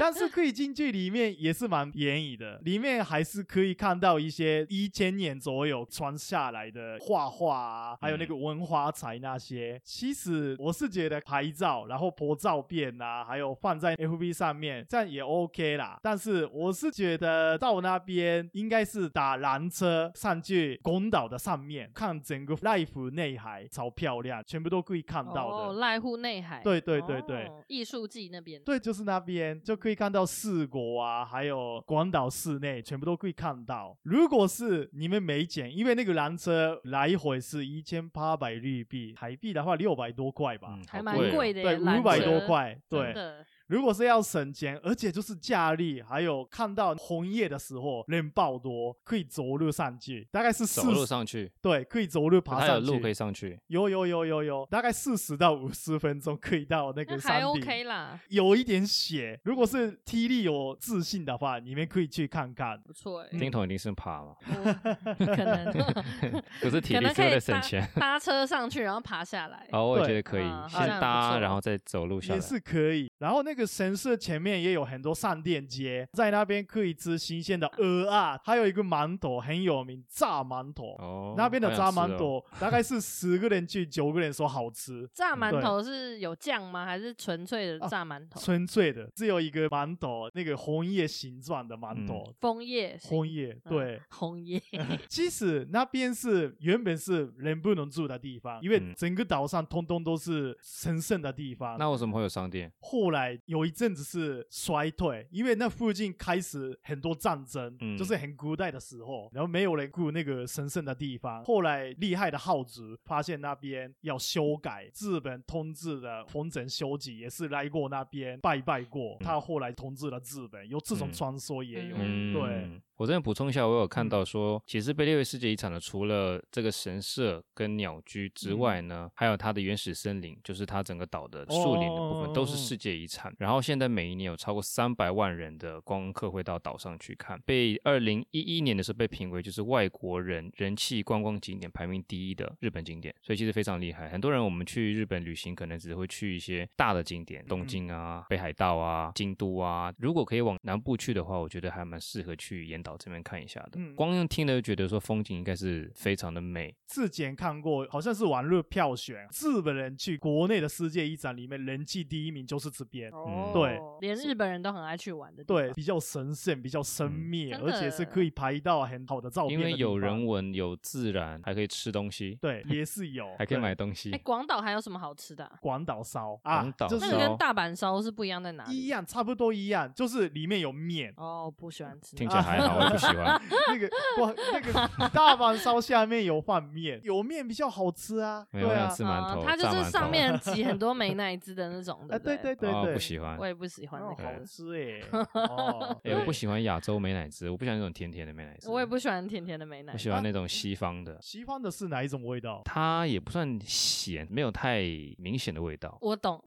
Speaker 3: 但是可以进去里面也是蛮便宜的，里面还是可以看到一些一千年左右传下来的画画啊，还有那个文化财那些。其实我是觉得拍照，然后拍照片啊，还有放在 FB 上面，这样也 OK 啦。但是我是觉得到那边应该是打缆车上去宫岛的上面，看整个濑户内海，超漂亮，全部都可以看到的。
Speaker 2: 哦，濑户内海。
Speaker 3: 对对对对
Speaker 2: 哦，艺术季那边。
Speaker 3: 对，就是那边就可以看到四国啊，还有广岛市内，全部都可以看到。如果是你们没钱，因为那个缆车来回是一千八百日币，台币的话六百多块吧，
Speaker 1: 嗯，
Speaker 2: 还
Speaker 1: 好
Speaker 2: 蛮
Speaker 1: 贵哦
Speaker 2: 贵的耶，
Speaker 3: 啊对，
Speaker 2: 缆
Speaker 3: 五百多
Speaker 2: 车，
Speaker 3: 块。
Speaker 2: 真
Speaker 3: 对，
Speaker 2: 的
Speaker 3: 如果是要省钱，而且就是假日，还有看到红叶的时候人爆多，可以走路上去，大概是四
Speaker 1: 走路上去，
Speaker 3: 对，可以走路爬
Speaker 1: 它有
Speaker 3: 上去，
Speaker 1: 路可以上
Speaker 3: [LAUGHS]
Speaker 1: 去。
Speaker 3: 有有有有有，大概四十到五十分钟可以到那
Speaker 2: 那
Speaker 3: 个山
Speaker 2: 还
Speaker 3: 顶。
Speaker 2: OK 啦，
Speaker 3: 有一点血。如果是 T 力有自信的话，你们可以去看看。
Speaker 2: 不错哎。
Speaker 1: 丁桶一定是爬
Speaker 3: [LAUGHS]
Speaker 1: 嘛，
Speaker 2: 我可能
Speaker 1: 可是 [LAUGHS] 体
Speaker 2: 可
Speaker 1: 力
Speaker 2: 能
Speaker 1: 是
Speaker 2: 可
Speaker 1: 为
Speaker 2: 以
Speaker 1: 了省
Speaker 2: [LAUGHS]
Speaker 1: 钱。
Speaker 2: 搭搭车上去，然后爬下来。
Speaker 1: 哦，我也
Speaker 3: 对
Speaker 1: 觉得可以，
Speaker 2: 啊好
Speaker 1: 先
Speaker 2: 像不
Speaker 1: 搭，
Speaker 2: 错
Speaker 1: 然后再走路下
Speaker 3: 也
Speaker 1: 来。
Speaker 3: 是可以，然后那个神社前面也有很多上店街，在那边可以吃新鲜的鹅啊，还有一个馒头很有名，炸馒头。
Speaker 1: 哦，
Speaker 3: 那边的
Speaker 1: 好
Speaker 3: 炸
Speaker 1: 想吃
Speaker 3: 馒
Speaker 1: 哦
Speaker 3: 头大概是十个人去，九个人说好吃，
Speaker 2: 炸
Speaker 1: 嗯
Speaker 2: 馒
Speaker 3: 对
Speaker 2: 头是有酱吗？还是纯粹的
Speaker 3: 啊
Speaker 2: 炸馒头？
Speaker 3: 纯粹的，只有一个馒头，那个红叶形状的馒头，
Speaker 1: 嗯
Speaker 2: 枫叶型，
Speaker 3: 红叶
Speaker 2: 嗯
Speaker 3: 对，
Speaker 2: 红
Speaker 3: [LAUGHS]
Speaker 2: 叶，
Speaker 1: [LAUGHS]
Speaker 3: 其实那边是原本是人不能住的地方，因为
Speaker 1: 嗯
Speaker 3: 整个岛上通通都是神圣的地方。
Speaker 1: 那为什么会有商店？
Speaker 3: 后来有一阵子是衰退，因为那附近开始很多战争，
Speaker 1: 嗯
Speaker 3: 就是很古代的时候，然后没有人顾那个神圣的地方。后来厉害的号族发现那边要修改，日本统治的丰臣秀吉也是来过那边拜拜过，
Speaker 1: 嗯
Speaker 3: 他后来统治了日本，有这种
Speaker 1: 嗯
Speaker 3: 传说也有，
Speaker 2: 嗯
Speaker 3: 对。，嗯
Speaker 1: 我这边补充一下，我有看到说，其实被列为世界遗产的，除了这个神社跟鸟居之外呢，还有它的原始森林，就是它整个岛的树林的部
Speaker 3: 嗯哦
Speaker 1: 分都是世界遗产。然后现在每一年有超过三百万人的观光客会到岛上去看，被二零一一年的时候被评为就是外国人人气观光景点排名第一的日本景点，所以其实非常厉害。很多人我们去日本旅行，可能只会去一些大的景点，东京啊、北海道啊、京都啊。如果可以往南部去的话，我觉得还蛮适合去岩岛这边看一下的。
Speaker 3: 嗯
Speaker 1: 光用听呢，觉得说风景应该是非常的美。
Speaker 3: 之前看过，好像是网络票选，日本人去国内的世界遗产里面人气第一名就是这边，
Speaker 2: 哦
Speaker 3: 嗯对，
Speaker 2: 连日本人都很爱去玩的地方。
Speaker 3: 对，比较神圣，比较神秘，
Speaker 2: 嗯真
Speaker 3: 而
Speaker 2: 的
Speaker 3: 且是可以拍到很好的照片
Speaker 1: 因
Speaker 3: 的
Speaker 1: 为
Speaker 3: 地方
Speaker 1: 有人文，有自然，还可以吃东西，
Speaker 3: 对，也是有，
Speaker 1: [LAUGHS] 还可以
Speaker 3: 对
Speaker 1: 买东西
Speaker 2: 哎，。广岛还有什么好吃的啊？
Speaker 3: 广岛烧啊
Speaker 1: 广，岛
Speaker 3: 就
Speaker 2: 那
Speaker 3: 是
Speaker 2: 个
Speaker 1: 烧
Speaker 2: 跟大阪烧是不一样在哪
Speaker 3: 一
Speaker 2: 里？，
Speaker 3: 样，差不多一样，就是里面有面
Speaker 2: [LAUGHS] 哦，不喜欢吃那
Speaker 1: 听
Speaker 2: 个。
Speaker 1: 起来还好，我也不喜欢。
Speaker 3: 那个不，那个大阪烧下面有放面，有面比较好吃啊，
Speaker 1: 没有，我
Speaker 3: 对
Speaker 1: 想
Speaker 3: 啊
Speaker 1: 吃。馒
Speaker 2: 哦
Speaker 1: 头，
Speaker 2: 它就
Speaker 1: 炸
Speaker 2: 是
Speaker 1: 馒 [LAUGHS]
Speaker 2: 上
Speaker 1: 头
Speaker 2: 面挤很多美乃滋的那种，[LAUGHS]
Speaker 3: 啊，
Speaker 2: 对
Speaker 1: [LAUGHS]
Speaker 2: 不
Speaker 3: 对对对
Speaker 1: 哦
Speaker 3: 对，
Speaker 1: 不喜喜欢
Speaker 2: 我。也不喜欢那
Speaker 3: 哦，
Speaker 2: 个
Speaker 3: 好
Speaker 2: 味道，
Speaker 3: 吃诶、哦，
Speaker 1: [LAUGHS] 哎、我不
Speaker 2: [LAUGHS]
Speaker 1: 喜欢亚洲美乃滋，我不喜欢那种甜甜的美乃滋。
Speaker 2: 我也不喜欢甜甜的美奶
Speaker 1: 我。喜欢那种西方的，
Speaker 3: 喜欢的是哪一种味道？
Speaker 1: 它也不算咸，没有太明显的味道。
Speaker 2: 我懂，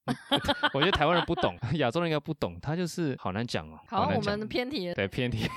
Speaker 1: 我觉得台湾人不懂， [LAUGHS] 亚洲人应该不懂，它就是 [LAUGHS] 好难讲哦。
Speaker 2: 好，
Speaker 1: 难
Speaker 2: 我
Speaker 1: 讲
Speaker 2: 们偏题了。
Speaker 1: 对偏题，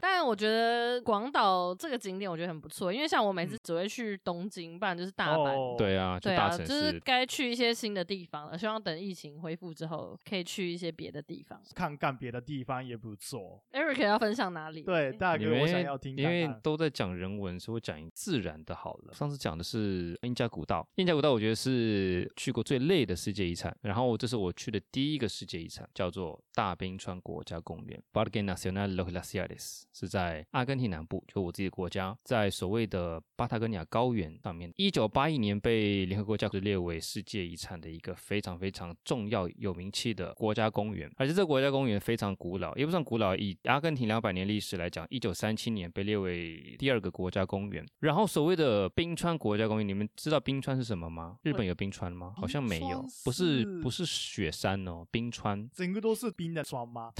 Speaker 2: 但我觉得广岛这个景点我觉得很不错，因为像我每次只会去东京，不然就是大阪。
Speaker 3: 哦、
Speaker 1: 对啊，嗯就
Speaker 2: 对
Speaker 1: 大
Speaker 2: 啊，
Speaker 1: 城
Speaker 2: 就
Speaker 1: 市。
Speaker 2: 是该去一些新的地方了。希望等疫情恢复之后，可以去一些别的地方。
Speaker 3: 看看别的地方也不错。
Speaker 2: Eric 要分享哪里？
Speaker 3: 对，大
Speaker 1: 你
Speaker 3: 哥，
Speaker 1: 们
Speaker 3: 我想要听看
Speaker 1: 因为
Speaker 3: 看。
Speaker 1: 都在讲人文，所以我讲自然的好了。上次讲的是印加古道，印加古道我觉得是去过最累的世界遗产。然后这是我去的第一个世界遗产，叫做大冰川国家公园 （Parque Nacional Los Glaciares），是在阿根廷南部，就我自己的国家，在所谓的巴塔哥尼亚高原上面。一九八一年被联合国教科列为世界遗产的一个非常非常重要、有名气的国家公园，而且这个国家公园非常古老，也不算古老，以阿根廷两百年历史来讲，一九三七年被列为第二个国家公园。然后所谓的冰川国家公园，你们知道冰川是什么吗？日本有冰川吗？好像没
Speaker 3: 冰
Speaker 1: 有
Speaker 3: 川，
Speaker 1: 不是
Speaker 3: 是
Speaker 1: 不是雪山哦，冰川。
Speaker 3: 整个都是冰的霜吗？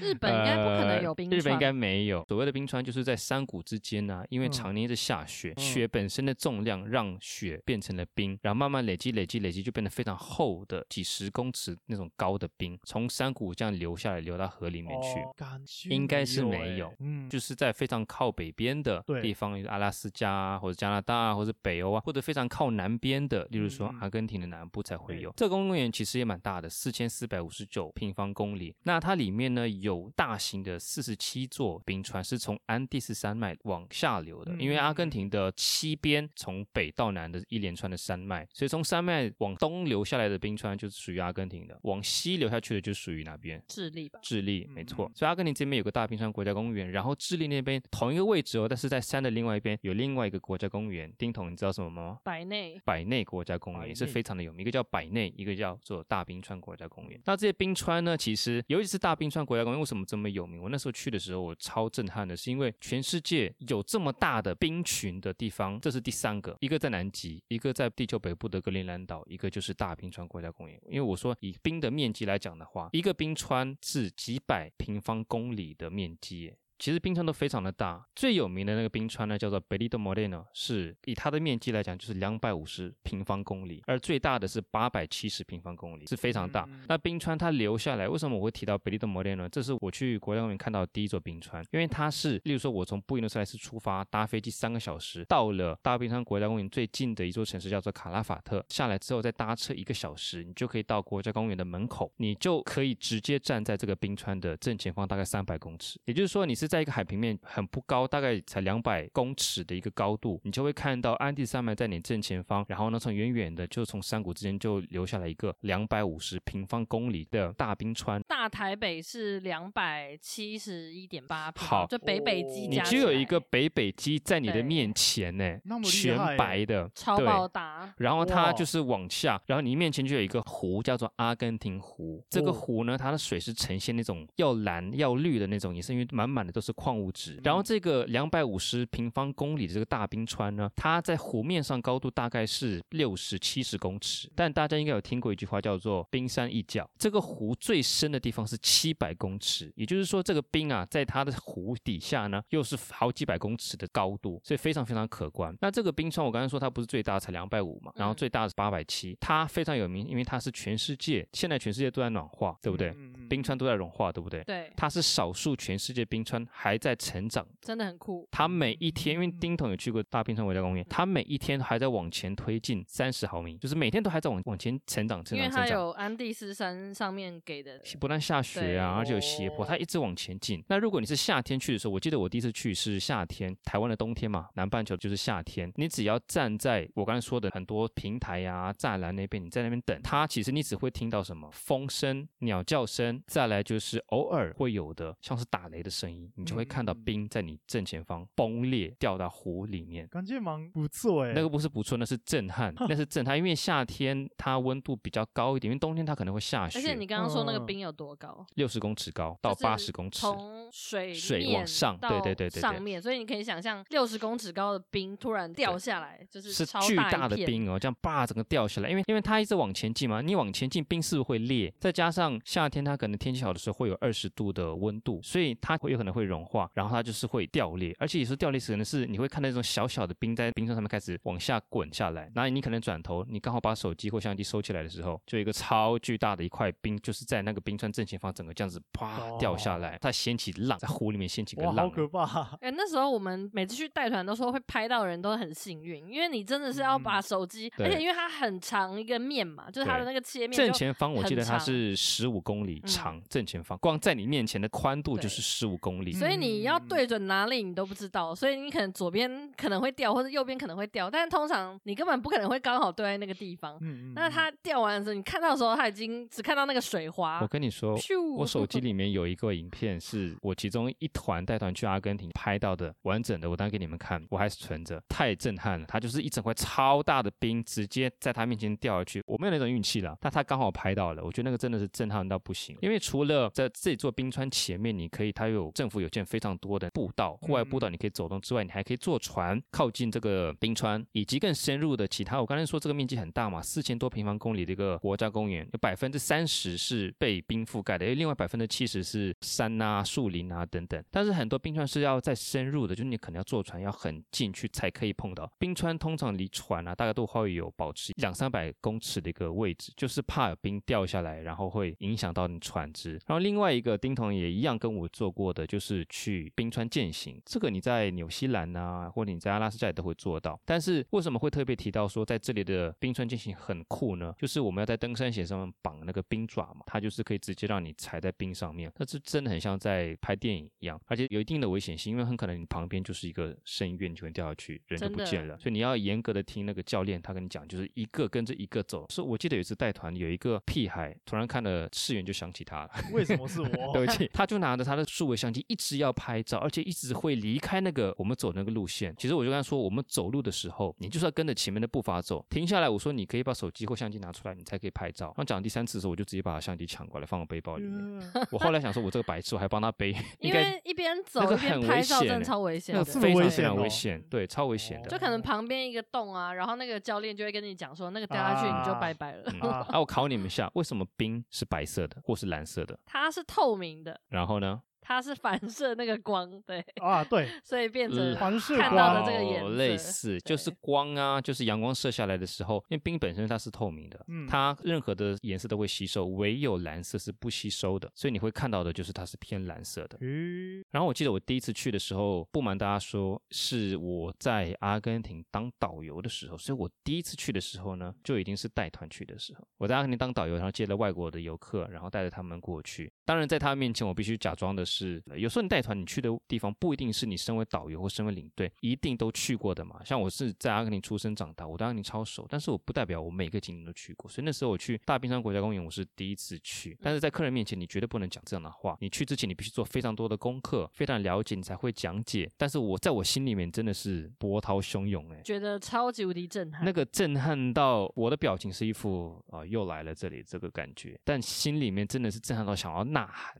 Speaker 2: 日本应该不可能有冰
Speaker 1: 呃。
Speaker 2: 川。
Speaker 1: 日本应该没有所谓的冰川，就是在山谷之间啊，因为
Speaker 3: 嗯
Speaker 1: 常年一直下雪，
Speaker 3: 嗯
Speaker 1: 雪本身的重量让雪变成了冰，然后慢慢累积、累积、累积，就变得非常厚的几十公尺那种高的冰，从山谷这样流下来，流到河里面去。
Speaker 3: 哦、感觉
Speaker 1: 应该是
Speaker 3: 没
Speaker 1: 没有
Speaker 3: 欸嗯，
Speaker 1: 就是在非常靠北边的
Speaker 3: 对
Speaker 1: 地方，例如阿拉斯加啊，或者加拿大啊，或者北欧啊，或者非常靠南边的，例如说
Speaker 3: 嗯嗯
Speaker 1: 阿根廷的南部才会
Speaker 3: 对
Speaker 1: 有。这个公园其实也蛮大的，四千四百五十九平方公里。那它里面呢有大型的四十七座冰川，是从安第斯山脉往下流的，
Speaker 3: 嗯
Speaker 1: 因为阿根
Speaker 3: 嗯嗯
Speaker 1: 廷的西边从北到南的一连串的山脉，所以从山脉往东流下来的冰川就是属于阿根廷的，往西流下去的就属于哪边？
Speaker 2: 智利吧。
Speaker 1: 智利，没
Speaker 3: 嗯
Speaker 1: 错
Speaker 3: 嗯。
Speaker 1: 所以阿根廷这边有个大冰川国家公园，然后智利那边同一个位置哦，但是在山的另外一边有另外一个国家公园。丁彤，你知道什么吗？
Speaker 2: 百内
Speaker 1: 百内国家公
Speaker 3: 百
Speaker 1: 园
Speaker 3: 内
Speaker 1: 也是非常的有名，一个叫百内，一个叫做大冰川国家公园。那这些冰川呢，其实尤其是大冰川国家公园为什么这么有名？我那时候去的时候，我超震撼的，是因为全世界有这么大的冰群的地方，这是第三个，一个在南极，一个在地球北部的格陵兰岛，一个就是大冰川国家公园。因为我说以冰的面积来讲的话，一个冰川是几百平方公里的面积耶。其实冰川都非常的大，最有名的那个冰川呢叫做 Belito Moreno，是以它的面积来讲就是两百五十平方公里，而最大的是八百七十平方公里，是非常大
Speaker 3: 嗯。
Speaker 1: 那冰川它留下来，为什么我会提到 Belito Moreno？这是我去国家公园看到的第一座冰川，因为它是，例如说我从布宜诺斯艾利斯出发，搭飞机三个小时到了大冰川国家公园最近的一座城市叫做卡拉法特，下来之后再搭车一个小时，你就可以到国家公园的门口，你就可以直接站在这个冰川的正前方大概三百公尺，也就是说你是在一个海平面很不高，大概才两百公尺的一个高度，你就会看到安第山脉在你正前方，然后呢从远远的就从山谷之间就留下来一个两百五十平方公里的大冰川。
Speaker 2: 大台北是两百七十一点八平，
Speaker 1: 好
Speaker 2: 就北北基
Speaker 1: 你
Speaker 2: 加
Speaker 1: 就
Speaker 2: 起来
Speaker 1: 有一个北北基在你的
Speaker 2: 对
Speaker 1: 面前呢
Speaker 3: 那么，厉
Speaker 1: 全
Speaker 3: 害
Speaker 1: 白的，
Speaker 2: 超
Speaker 1: 对
Speaker 2: 爆大，
Speaker 1: 然后它
Speaker 3: 哇
Speaker 1: 就是往下，然后你面前就有一个湖，叫做阿根廷湖。这个
Speaker 3: 哦
Speaker 1: 湖呢，它的水是呈现那种要蓝要绿的那种，也是因为满满的都是矿物质。然后这个两百五十平方公里的这个大冰川呢，它在湖面上高度大概是六十七十公尺，但大家应该有听过一句话叫做“冰山一角”。这个湖最深的地方是七百公尺，也就是说这个冰啊，在它的湖底下呢，又是好几百公尺的高度，所以非常非常可观。那这个冰川，我刚才说它不是最大才两百五嘛，然后
Speaker 2: 嗯
Speaker 1: 最大是八百七，它非常有名，因为它是全世界现在全世界都在暖化，对不对？
Speaker 3: 嗯嗯嗯
Speaker 1: 冰川都在融化，对不对？
Speaker 2: 对，
Speaker 1: 它是少数全世界冰川还在成长
Speaker 2: 真的很酷。
Speaker 1: 它每一天，因为
Speaker 2: 嗯
Speaker 1: 丁桶有去过大冰川国家公园，它每一天还在往前推进三十毫米，就是每天都还在往往前成长、成
Speaker 2: 因为
Speaker 1: 长、
Speaker 2: 它
Speaker 1: 成长。
Speaker 2: 有安第斯山上面给的，
Speaker 1: 不但下雪啊，
Speaker 2: 对
Speaker 1: 而且有斜坡，它一直往前进。那如果你是夏天去的时候，我记得我第一次去是夏天，台湾的冬天嘛，南半球就是夏天。你只要站在我刚才说的很多啊平台呀、栅栏那边，你在那边等它，其实你只会听到什么风声、鸟叫声，声，再来就是偶尔会有的像是打雷的声音，你就会看到
Speaker 3: 嗯
Speaker 1: 冰在你正前方崩裂掉到湖里面。
Speaker 3: 感觉蛮不错哎、
Speaker 1: 那个不是不错，那是震撼，那是震撼，因为夏天它温度比较高一点，因为冬天它可能会下
Speaker 2: 而且
Speaker 1: 雪
Speaker 2: 你，刚刚说那个
Speaker 3: 嗯
Speaker 2: 冰有多高？
Speaker 1: 六十公尺高到
Speaker 2: 就是
Speaker 1: 八十公尺，
Speaker 2: 从水
Speaker 1: 水往
Speaker 2: 面
Speaker 1: 上对
Speaker 2: 到
Speaker 1: 对对对对
Speaker 2: 上面，所以你可以想象六十公尺高的冰突然掉
Speaker 1: 对
Speaker 2: 下来，就是
Speaker 1: 是
Speaker 2: 超
Speaker 1: 巨
Speaker 2: 大
Speaker 1: 大
Speaker 2: 一
Speaker 1: 的
Speaker 2: 片，
Speaker 1: 冰哦，这样叭整个掉下来，因为因为它一直往前进嘛，你往前进冰是不是会裂？再加上夏天它可能天气好的时候会有二十度的温度，所以它会有可能会融化，然后它就是会掉裂，而且有时候掉裂时可能是你会看到那种小小的冰在冰山上面开始往下滚下来，然后你可能转头，你刚好把手机或相机收起来的时候，就有一个超巨大的一块冰，就是在那个冰川正前方整个这样子啪
Speaker 3: 哦
Speaker 1: 掉下来，它掀起浪，在湖里面掀起个
Speaker 3: 哇，好
Speaker 1: 浪。
Speaker 3: 可怕！ [LAUGHS]
Speaker 2: 哎、那时候我们每次去带团都说会拍到的人都很幸运，因为你真的是要把
Speaker 3: 嗯
Speaker 2: 手机，
Speaker 1: 对
Speaker 2: 而且因为它很长一个面嘛，就是它的
Speaker 1: 对
Speaker 2: 那个切面就
Speaker 1: 正前方我
Speaker 2: 很
Speaker 1: 记得它
Speaker 2: 长
Speaker 1: 是十五公里
Speaker 2: 嗯
Speaker 1: 长，正前方光在你面前的宽度就
Speaker 2: 对
Speaker 1: 是十五公里。
Speaker 2: 所以你要
Speaker 3: 嗯
Speaker 2: 对准哪里你都不知道，所以你可能左边可能会掉，或者右边可能会掉，但通常你根本不可能会刚好对在那个地方。
Speaker 3: 嗯嗯，
Speaker 2: 那它掉完的时候，你看到的时候，它已经只看到那个水花
Speaker 1: 我。跟你说，
Speaker 2: 咻！
Speaker 1: 我
Speaker 2: [LAUGHS]
Speaker 1: 手机里面有一个影片，是我其中一团带团去阿根廷拍到的完整的，我当然给你们看，我还是存着，太震撼了。它就是一整块超大的冰，直接在他面前掉下去，我没有那种运气啦，但他刚好拍到了，我觉得那个真的是震撼到不行。因为除了在这座冰川前面，你可以它有政府有建非常多的步道，户外步道你可以走动之外，你还可以坐船靠近这个冰川，以及更深入的其他。我刚才说这个面积很大嘛，四千多平方公里的一个国家公园，有百分之三十是被冰覆盖的，因为另外百分之七十是山啊、树林啊等等。但是很多冰川是要再深入的，就是你可能要坐船要很进去才可以碰到。冰川通常离船啊，大概都会有保持两三百公尺的一个位置，就是怕有冰掉下来，然后会影响到你船只。然后另外一个丁彤也一样跟我做过的，就是去冰川践行，这个你在纽西兰啊，或者你在阿拉斯加也都会做到。但是为什么会特别提到说在这里的冰川践行很酷呢？就是我们要在登山鞋上面绑那个冰爪嘛，它就是可以直接让你踩在冰上面，那是真的很像在拍电影一样，而且有一定的危险性，因为很可能你旁边就是一个深渊，你就会掉下去，人就
Speaker 2: 真
Speaker 1: 不
Speaker 2: 的
Speaker 1: 见了。所以你要严格的听那个教练，他跟你讲，就是一个跟着一个走。是我记得有一次带团，有一个屁孩突然看了世元就想起他了。
Speaker 3: 嗯为什么是
Speaker 2: 哦
Speaker 1: [LAUGHS] 对
Speaker 3: 我？
Speaker 1: 不起，他就拿着他的数位相机一直要拍照，而且一直会离开那个我们走那个路线。其实我就跟他说，我们走路的时候，你就是要跟着前面的步伐走。停下来，我说你可以把手机或相机拿出来，你才可以拍照。然后讲第三次的时候，我就直接把他相机抢过来放我背包里面。我后来想说，我这个白痴，我还帮他背，应
Speaker 2: 嗯因
Speaker 1: 该
Speaker 2: 为一边走
Speaker 1: 那个
Speaker 2: 一边
Speaker 1: 很危
Speaker 2: 拍照，
Speaker 1: 险
Speaker 2: 真
Speaker 1: 欸
Speaker 2: 的超危险
Speaker 1: 那
Speaker 2: 的
Speaker 1: 个。
Speaker 3: 这么
Speaker 1: 非常
Speaker 3: 危
Speaker 1: 非
Speaker 3: 险
Speaker 1: 常
Speaker 3: 哦
Speaker 1: 危险，啊对，超危险的。
Speaker 2: 哦就可能旁边一个洞啊，然后那个教练就会跟你讲说，那个掉下去你就
Speaker 3: 啊
Speaker 2: 拜拜了。
Speaker 1: 嗯
Speaker 3: 啊
Speaker 1: 啊，我考你们一下，为什么冰是白色的或是蓝色的？
Speaker 2: 它是透明的，
Speaker 1: 然后呢，
Speaker 2: 它是反射那个光，对，
Speaker 3: 啊，
Speaker 1: [LAUGHS]
Speaker 3: 对，
Speaker 2: 所以变成
Speaker 1: 呃
Speaker 3: 环视
Speaker 2: 看到的
Speaker 3: 光，
Speaker 2: 这个颜
Speaker 1: 哦
Speaker 2: 色
Speaker 1: 类似就是
Speaker 2: 对
Speaker 1: 光啊，就是阳光射下来的时候，因为冰本身它是透明的，
Speaker 3: 嗯
Speaker 1: 它任何的颜色都会吸收，唯有蓝色是不吸收的，所以你会看到的就是它是偏蓝色的。
Speaker 3: 咦，
Speaker 1: 然后我记得我第一次去的时候，不瞒大家说，是我在阿根廷当导游的时候，所以我第一次去的时候呢，就已经是带团去的时候。我在阿根廷当导游，然后接了外国的游客，然后带着他们过去。当然，在他们面前，我必须假装的是，呃有时候你带团，你去的地方不一定是你身为导游或身为领队一定都去过的嘛。像我是在阿根廷出生长大，我对阿根廷超熟，但是我不代表我每个景点都去过。所以那时候我去大冰山国家公园，我是第一次去，但是在客人面前，你绝对不能讲这样的话。你去之前，你必须做非常多的功课，非常了解，你才会讲解。但是我在我心里面真的是波涛汹涌哎、
Speaker 2: 觉得超级无敌震撼。
Speaker 1: 那个震撼到我的表情是一副啊、又来了这里这个感觉，但心里面真的是震撼到想要呐喊，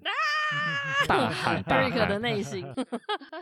Speaker 1: 大喊大
Speaker 2: Eric 的
Speaker 1: 喊。
Speaker 2: 内心，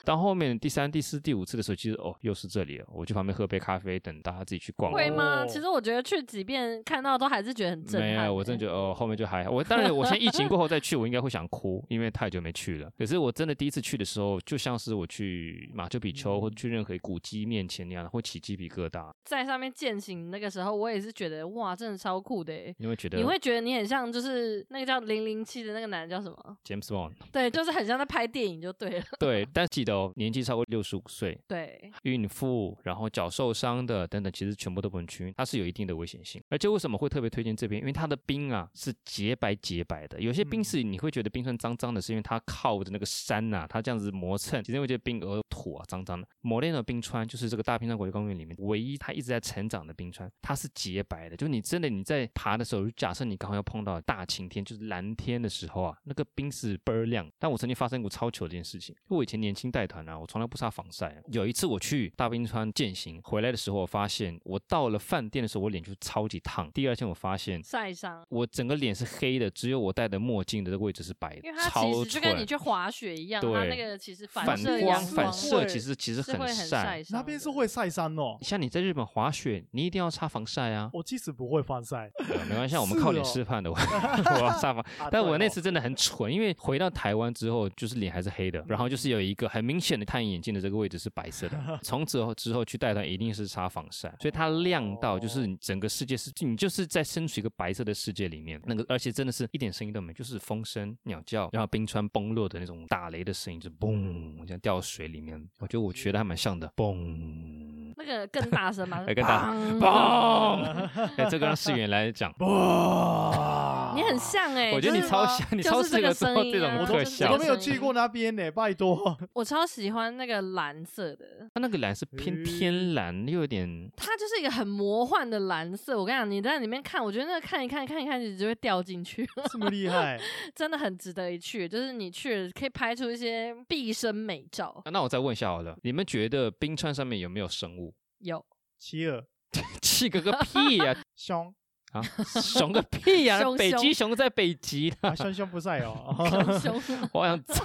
Speaker 1: 到后面第三、第四、第五次的时候，其实哦又是这里了，我去旁边喝杯咖啡，等大家自己去逛。
Speaker 2: 会吗？
Speaker 3: 哦
Speaker 2: 其实我觉得去几遍看到都还是觉得很震撼
Speaker 1: 没
Speaker 2: 欸、
Speaker 1: 有，我真的觉得哦，后面就还好。我当然，我现在疫情过后再去，我应该会想哭，因为太久没去了。可是我真的第一次去的时候，就像是我去马丘比丘或者去任何古迹面前那样，会起鸡皮疙瘩。
Speaker 2: 在上面践行那个时候，我也是觉得哇，真的超酷的欸、
Speaker 1: 你会觉得
Speaker 2: 你会觉得你很像就是那个叫零零七的那个男的叫什么？
Speaker 1: James on。
Speaker 2: 对，就是很像在拍电影就对了。 [LAUGHS]
Speaker 1: 对，但记得哦，年纪超过六十五岁，
Speaker 2: 对，
Speaker 1: 孕妇，然后脚受伤的等等，其实全部都不能去，它是有一定的危险性。而且为什么会特别推荐这边？因为它的冰啊是洁白洁白的，有些冰
Speaker 3: 嗯
Speaker 1: 是你会觉得冰川脏脏的，是因为它靠着那个山呐、它这样子磨蹭，其实会觉得冰有土啊脏脏的。摩雷诺冰川就是这个大冰川国家公园里面唯一它一直在成长的冰川，它是洁白的，就你真的你在爬的时候，假设你刚好要碰到大晴天，就是蓝天的时候啊，那个冰是倍儿亮。但我曾经发生过超糗的一件事情，我以前年轻带团啊，我从来不擦防晒啊、有一次我去大冰川践行回来的时候，我发现我到了饭店的时候，我脸就超级烫。第二天我发现。
Speaker 2: 晒伤，
Speaker 1: 我整个脸是黑的，只有我戴的墨镜的这个位置是白的，
Speaker 2: 因为它
Speaker 1: 超
Speaker 2: 其实就跟你
Speaker 1: 蠢
Speaker 2: 去滑雪一样，
Speaker 1: 对
Speaker 2: 它那个其实
Speaker 1: 反
Speaker 2: 射
Speaker 1: 光
Speaker 2: 阳
Speaker 1: 反
Speaker 2: 光
Speaker 1: 射
Speaker 2: 会
Speaker 1: 其实其实
Speaker 2: 是会很
Speaker 1: 晒。
Speaker 2: 伤
Speaker 3: 那
Speaker 2: 的
Speaker 3: 边是会晒伤哦。
Speaker 1: 像你在日本滑雪，你一定要擦防晒
Speaker 2: [LAUGHS]
Speaker 1: 啊。
Speaker 3: 我其实不会
Speaker 1: [LAUGHS]
Speaker 3: 防晒，
Speaker 1: 呃没关系啊，我们
Speaker 3: 是
Speaker 1: 靠脸
Speaker 3: 哦
Speaker 1: 吃饭的，
Speaker 3: [LAUGHS]
Speaker 1: 我 [LAUGHS] 我要擦防。
Speaker 3: 啊
Speaker 1: 但
Speaker 3: 对
Speaker 1: 我那
Speaker 3: 哦
Speaker 1: 次真的很蠢，因为回到台湾之后，就是脸还是黑的，然后就是有一个很明显的太阳眼镜的这个位置是白色
Speaker 2: [LAUGHS]
Speaker 1: 的。从此后之后去带团一定是擦防晒，所以它亮到
Speaker 2: 哦
Speaker 1: 就是你整个世界是，你就是在身处一个白色的世界里面，那个而且真的是一点声音都没有，就是风声、鸟叫，然后冰川崩落的那种打雷的声音，就嘣，这样掉水里面。我觉得我学的还蛮像的，嘣。
Speaker 2: 那个更大声嘛，
Speaker 1: [LAUGHS] 哎更大
Speaker 2: 声 [LAUGHS]
Speaker 1: 嘣！哎，这个让世远来讲，
Speaker 3: 哇，
Speaker 2: [LAUGHS] 你很像哎、
Speaker 1: 我觉得
Speaker 2: 就
Speaker 1: 你
Speaker 2: 是
Speaker 1: 超
Speaker 3: 吗
Speaker 1: 像，你
Speaker 2: 就
Speaker 1: 超
Speaker 2: 是
Speaker 1: 适
Speaker 2: 这
Speaker 1: 合
Speaker 2: 个
Speaker 1: 做
Speaker 2: 声音
Speaker 1: 这
Speaker 2: 啊
Speaker 1: 种
Speaker 3: 我
Speaker 2: 就
Speaker 3: 都
Speaker 1: 特
Speaker 2: 是这
Speaker 1: 效。
Speaker 3: 我
Speaker 2: 个
Speaker 3: 都没有
Speaker 2: 声音
Speaker 3: 去过那边呢，拜托。 [LAUGHS]
Speaker 2: 我超喜欢那个蓝色的，
Speaker 1: 它那个蓝是偏
Speaker 3: 嗯
Speaker 1: 天蓝，又有点
Speaker 2: 它就是一个很魔幻的蓝色。我跟你讲，你在里面看，我觉得那个看一看看一看，你就会掉进去，
Speaker 3: 这么厉
Speaker 2: [LAUGHS]
Speaker 3: 害，
Speaker 2: 真的很值得一去。就是你去了可以拍出一些毕生美
Speaker 1: [LAUGHS]
Speaker 2: 照。
Speaker 1: 啊。那我再问一下好了，你们觉得冰川上面有没有生物？
Speaker 2: 有
Speaker 3: 企鹅
Speaker 1: 气个个屁呀！
Speaker 3: 熊
Speaker 1: 啊，熊个屁呀！
Speaker 2: 熊
Speaker 1: 北极
Speaker 2: 熊
Speaker 1: 熊在北极啦，
Speaker 3: 啊，熊熊不晒哦，
Speaker 2: 熊熊，
Speaker 1: 我好想走。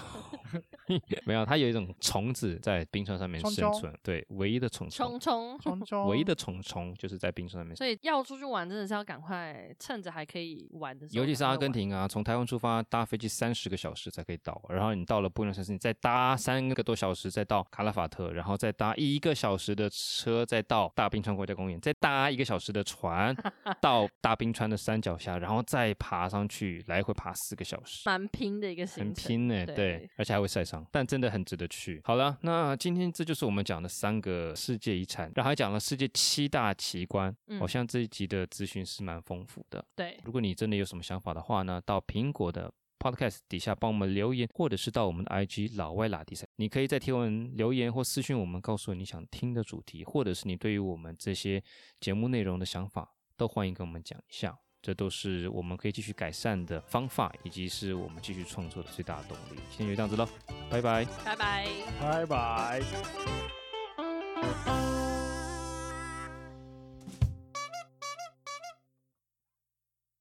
Speaker 1: [LAUGHS] 没有，它有一种虫子在冰川上面
Speaker 3: 虫
Speaker 1: 生
Speaker 3: 虫
Speaker 1: 存，对，唯一的虫
Speaker 2: 冲
Speaker 1: 虫，
Speaker 2: 冲。
Speaker 3: 熊熊
Speaker 1: 唯一的虫虫就是在冰川上面
Speaker 2: 所以要出去玩，真的是要赶快趁着还可以玩的时候。
Speaker 1: 尤其是
Speaker 2: 赶快
Speaker 1: 阿根
Speaker 2: 玩，
Speaker 1: 廷啊，从台湾出发搭飞机三十个小时才可以到，然后你到了布宜诺斯艾利斯，你再搭三个多小时再到卡拉法特，然后再搭一个小时的车再到大冰川国家公园，再搭一个小时的
Speaker 2: [LAUGHS]
Speaker 1: 船到大冰川的山脚下，然后再爬上去，来回爬四个小时。
Speaker 2: 蛮拼的一个
Speaker 1: 很
Speaker 2: 行程，
Speaker 1: 拼呢、
Speaker 2: 对
Speaker 1: 对，而且还会晒伤，但真的很值得去。好了，那今天这就是我们讲的三个世界遗产，然后还讲了世界七大奇观。
Speaker 2: 嗯
Speaker 1: 好像这一集的资讯是蛮丰富的。
Speaker 2: 对，
Speaker 1: 如果你真的有什么想法的话呢，到苹果的 Podcast 底下帮我们留言，或者是到我们的 IG 老外拉迪赛，你可以在贴文留言或私信我们，告诉我你想听的主题，或者是你对于我们这些节目内容的想法，都欢迎跟我们讲一下。这都是我们可以继续改善的方法，以及是我们继续创作的最大动力。今天就这样子喽，拜拜。
Speaker 2: 拜拜。
Speaker 3: 拜拜。
Speaker 4: Thank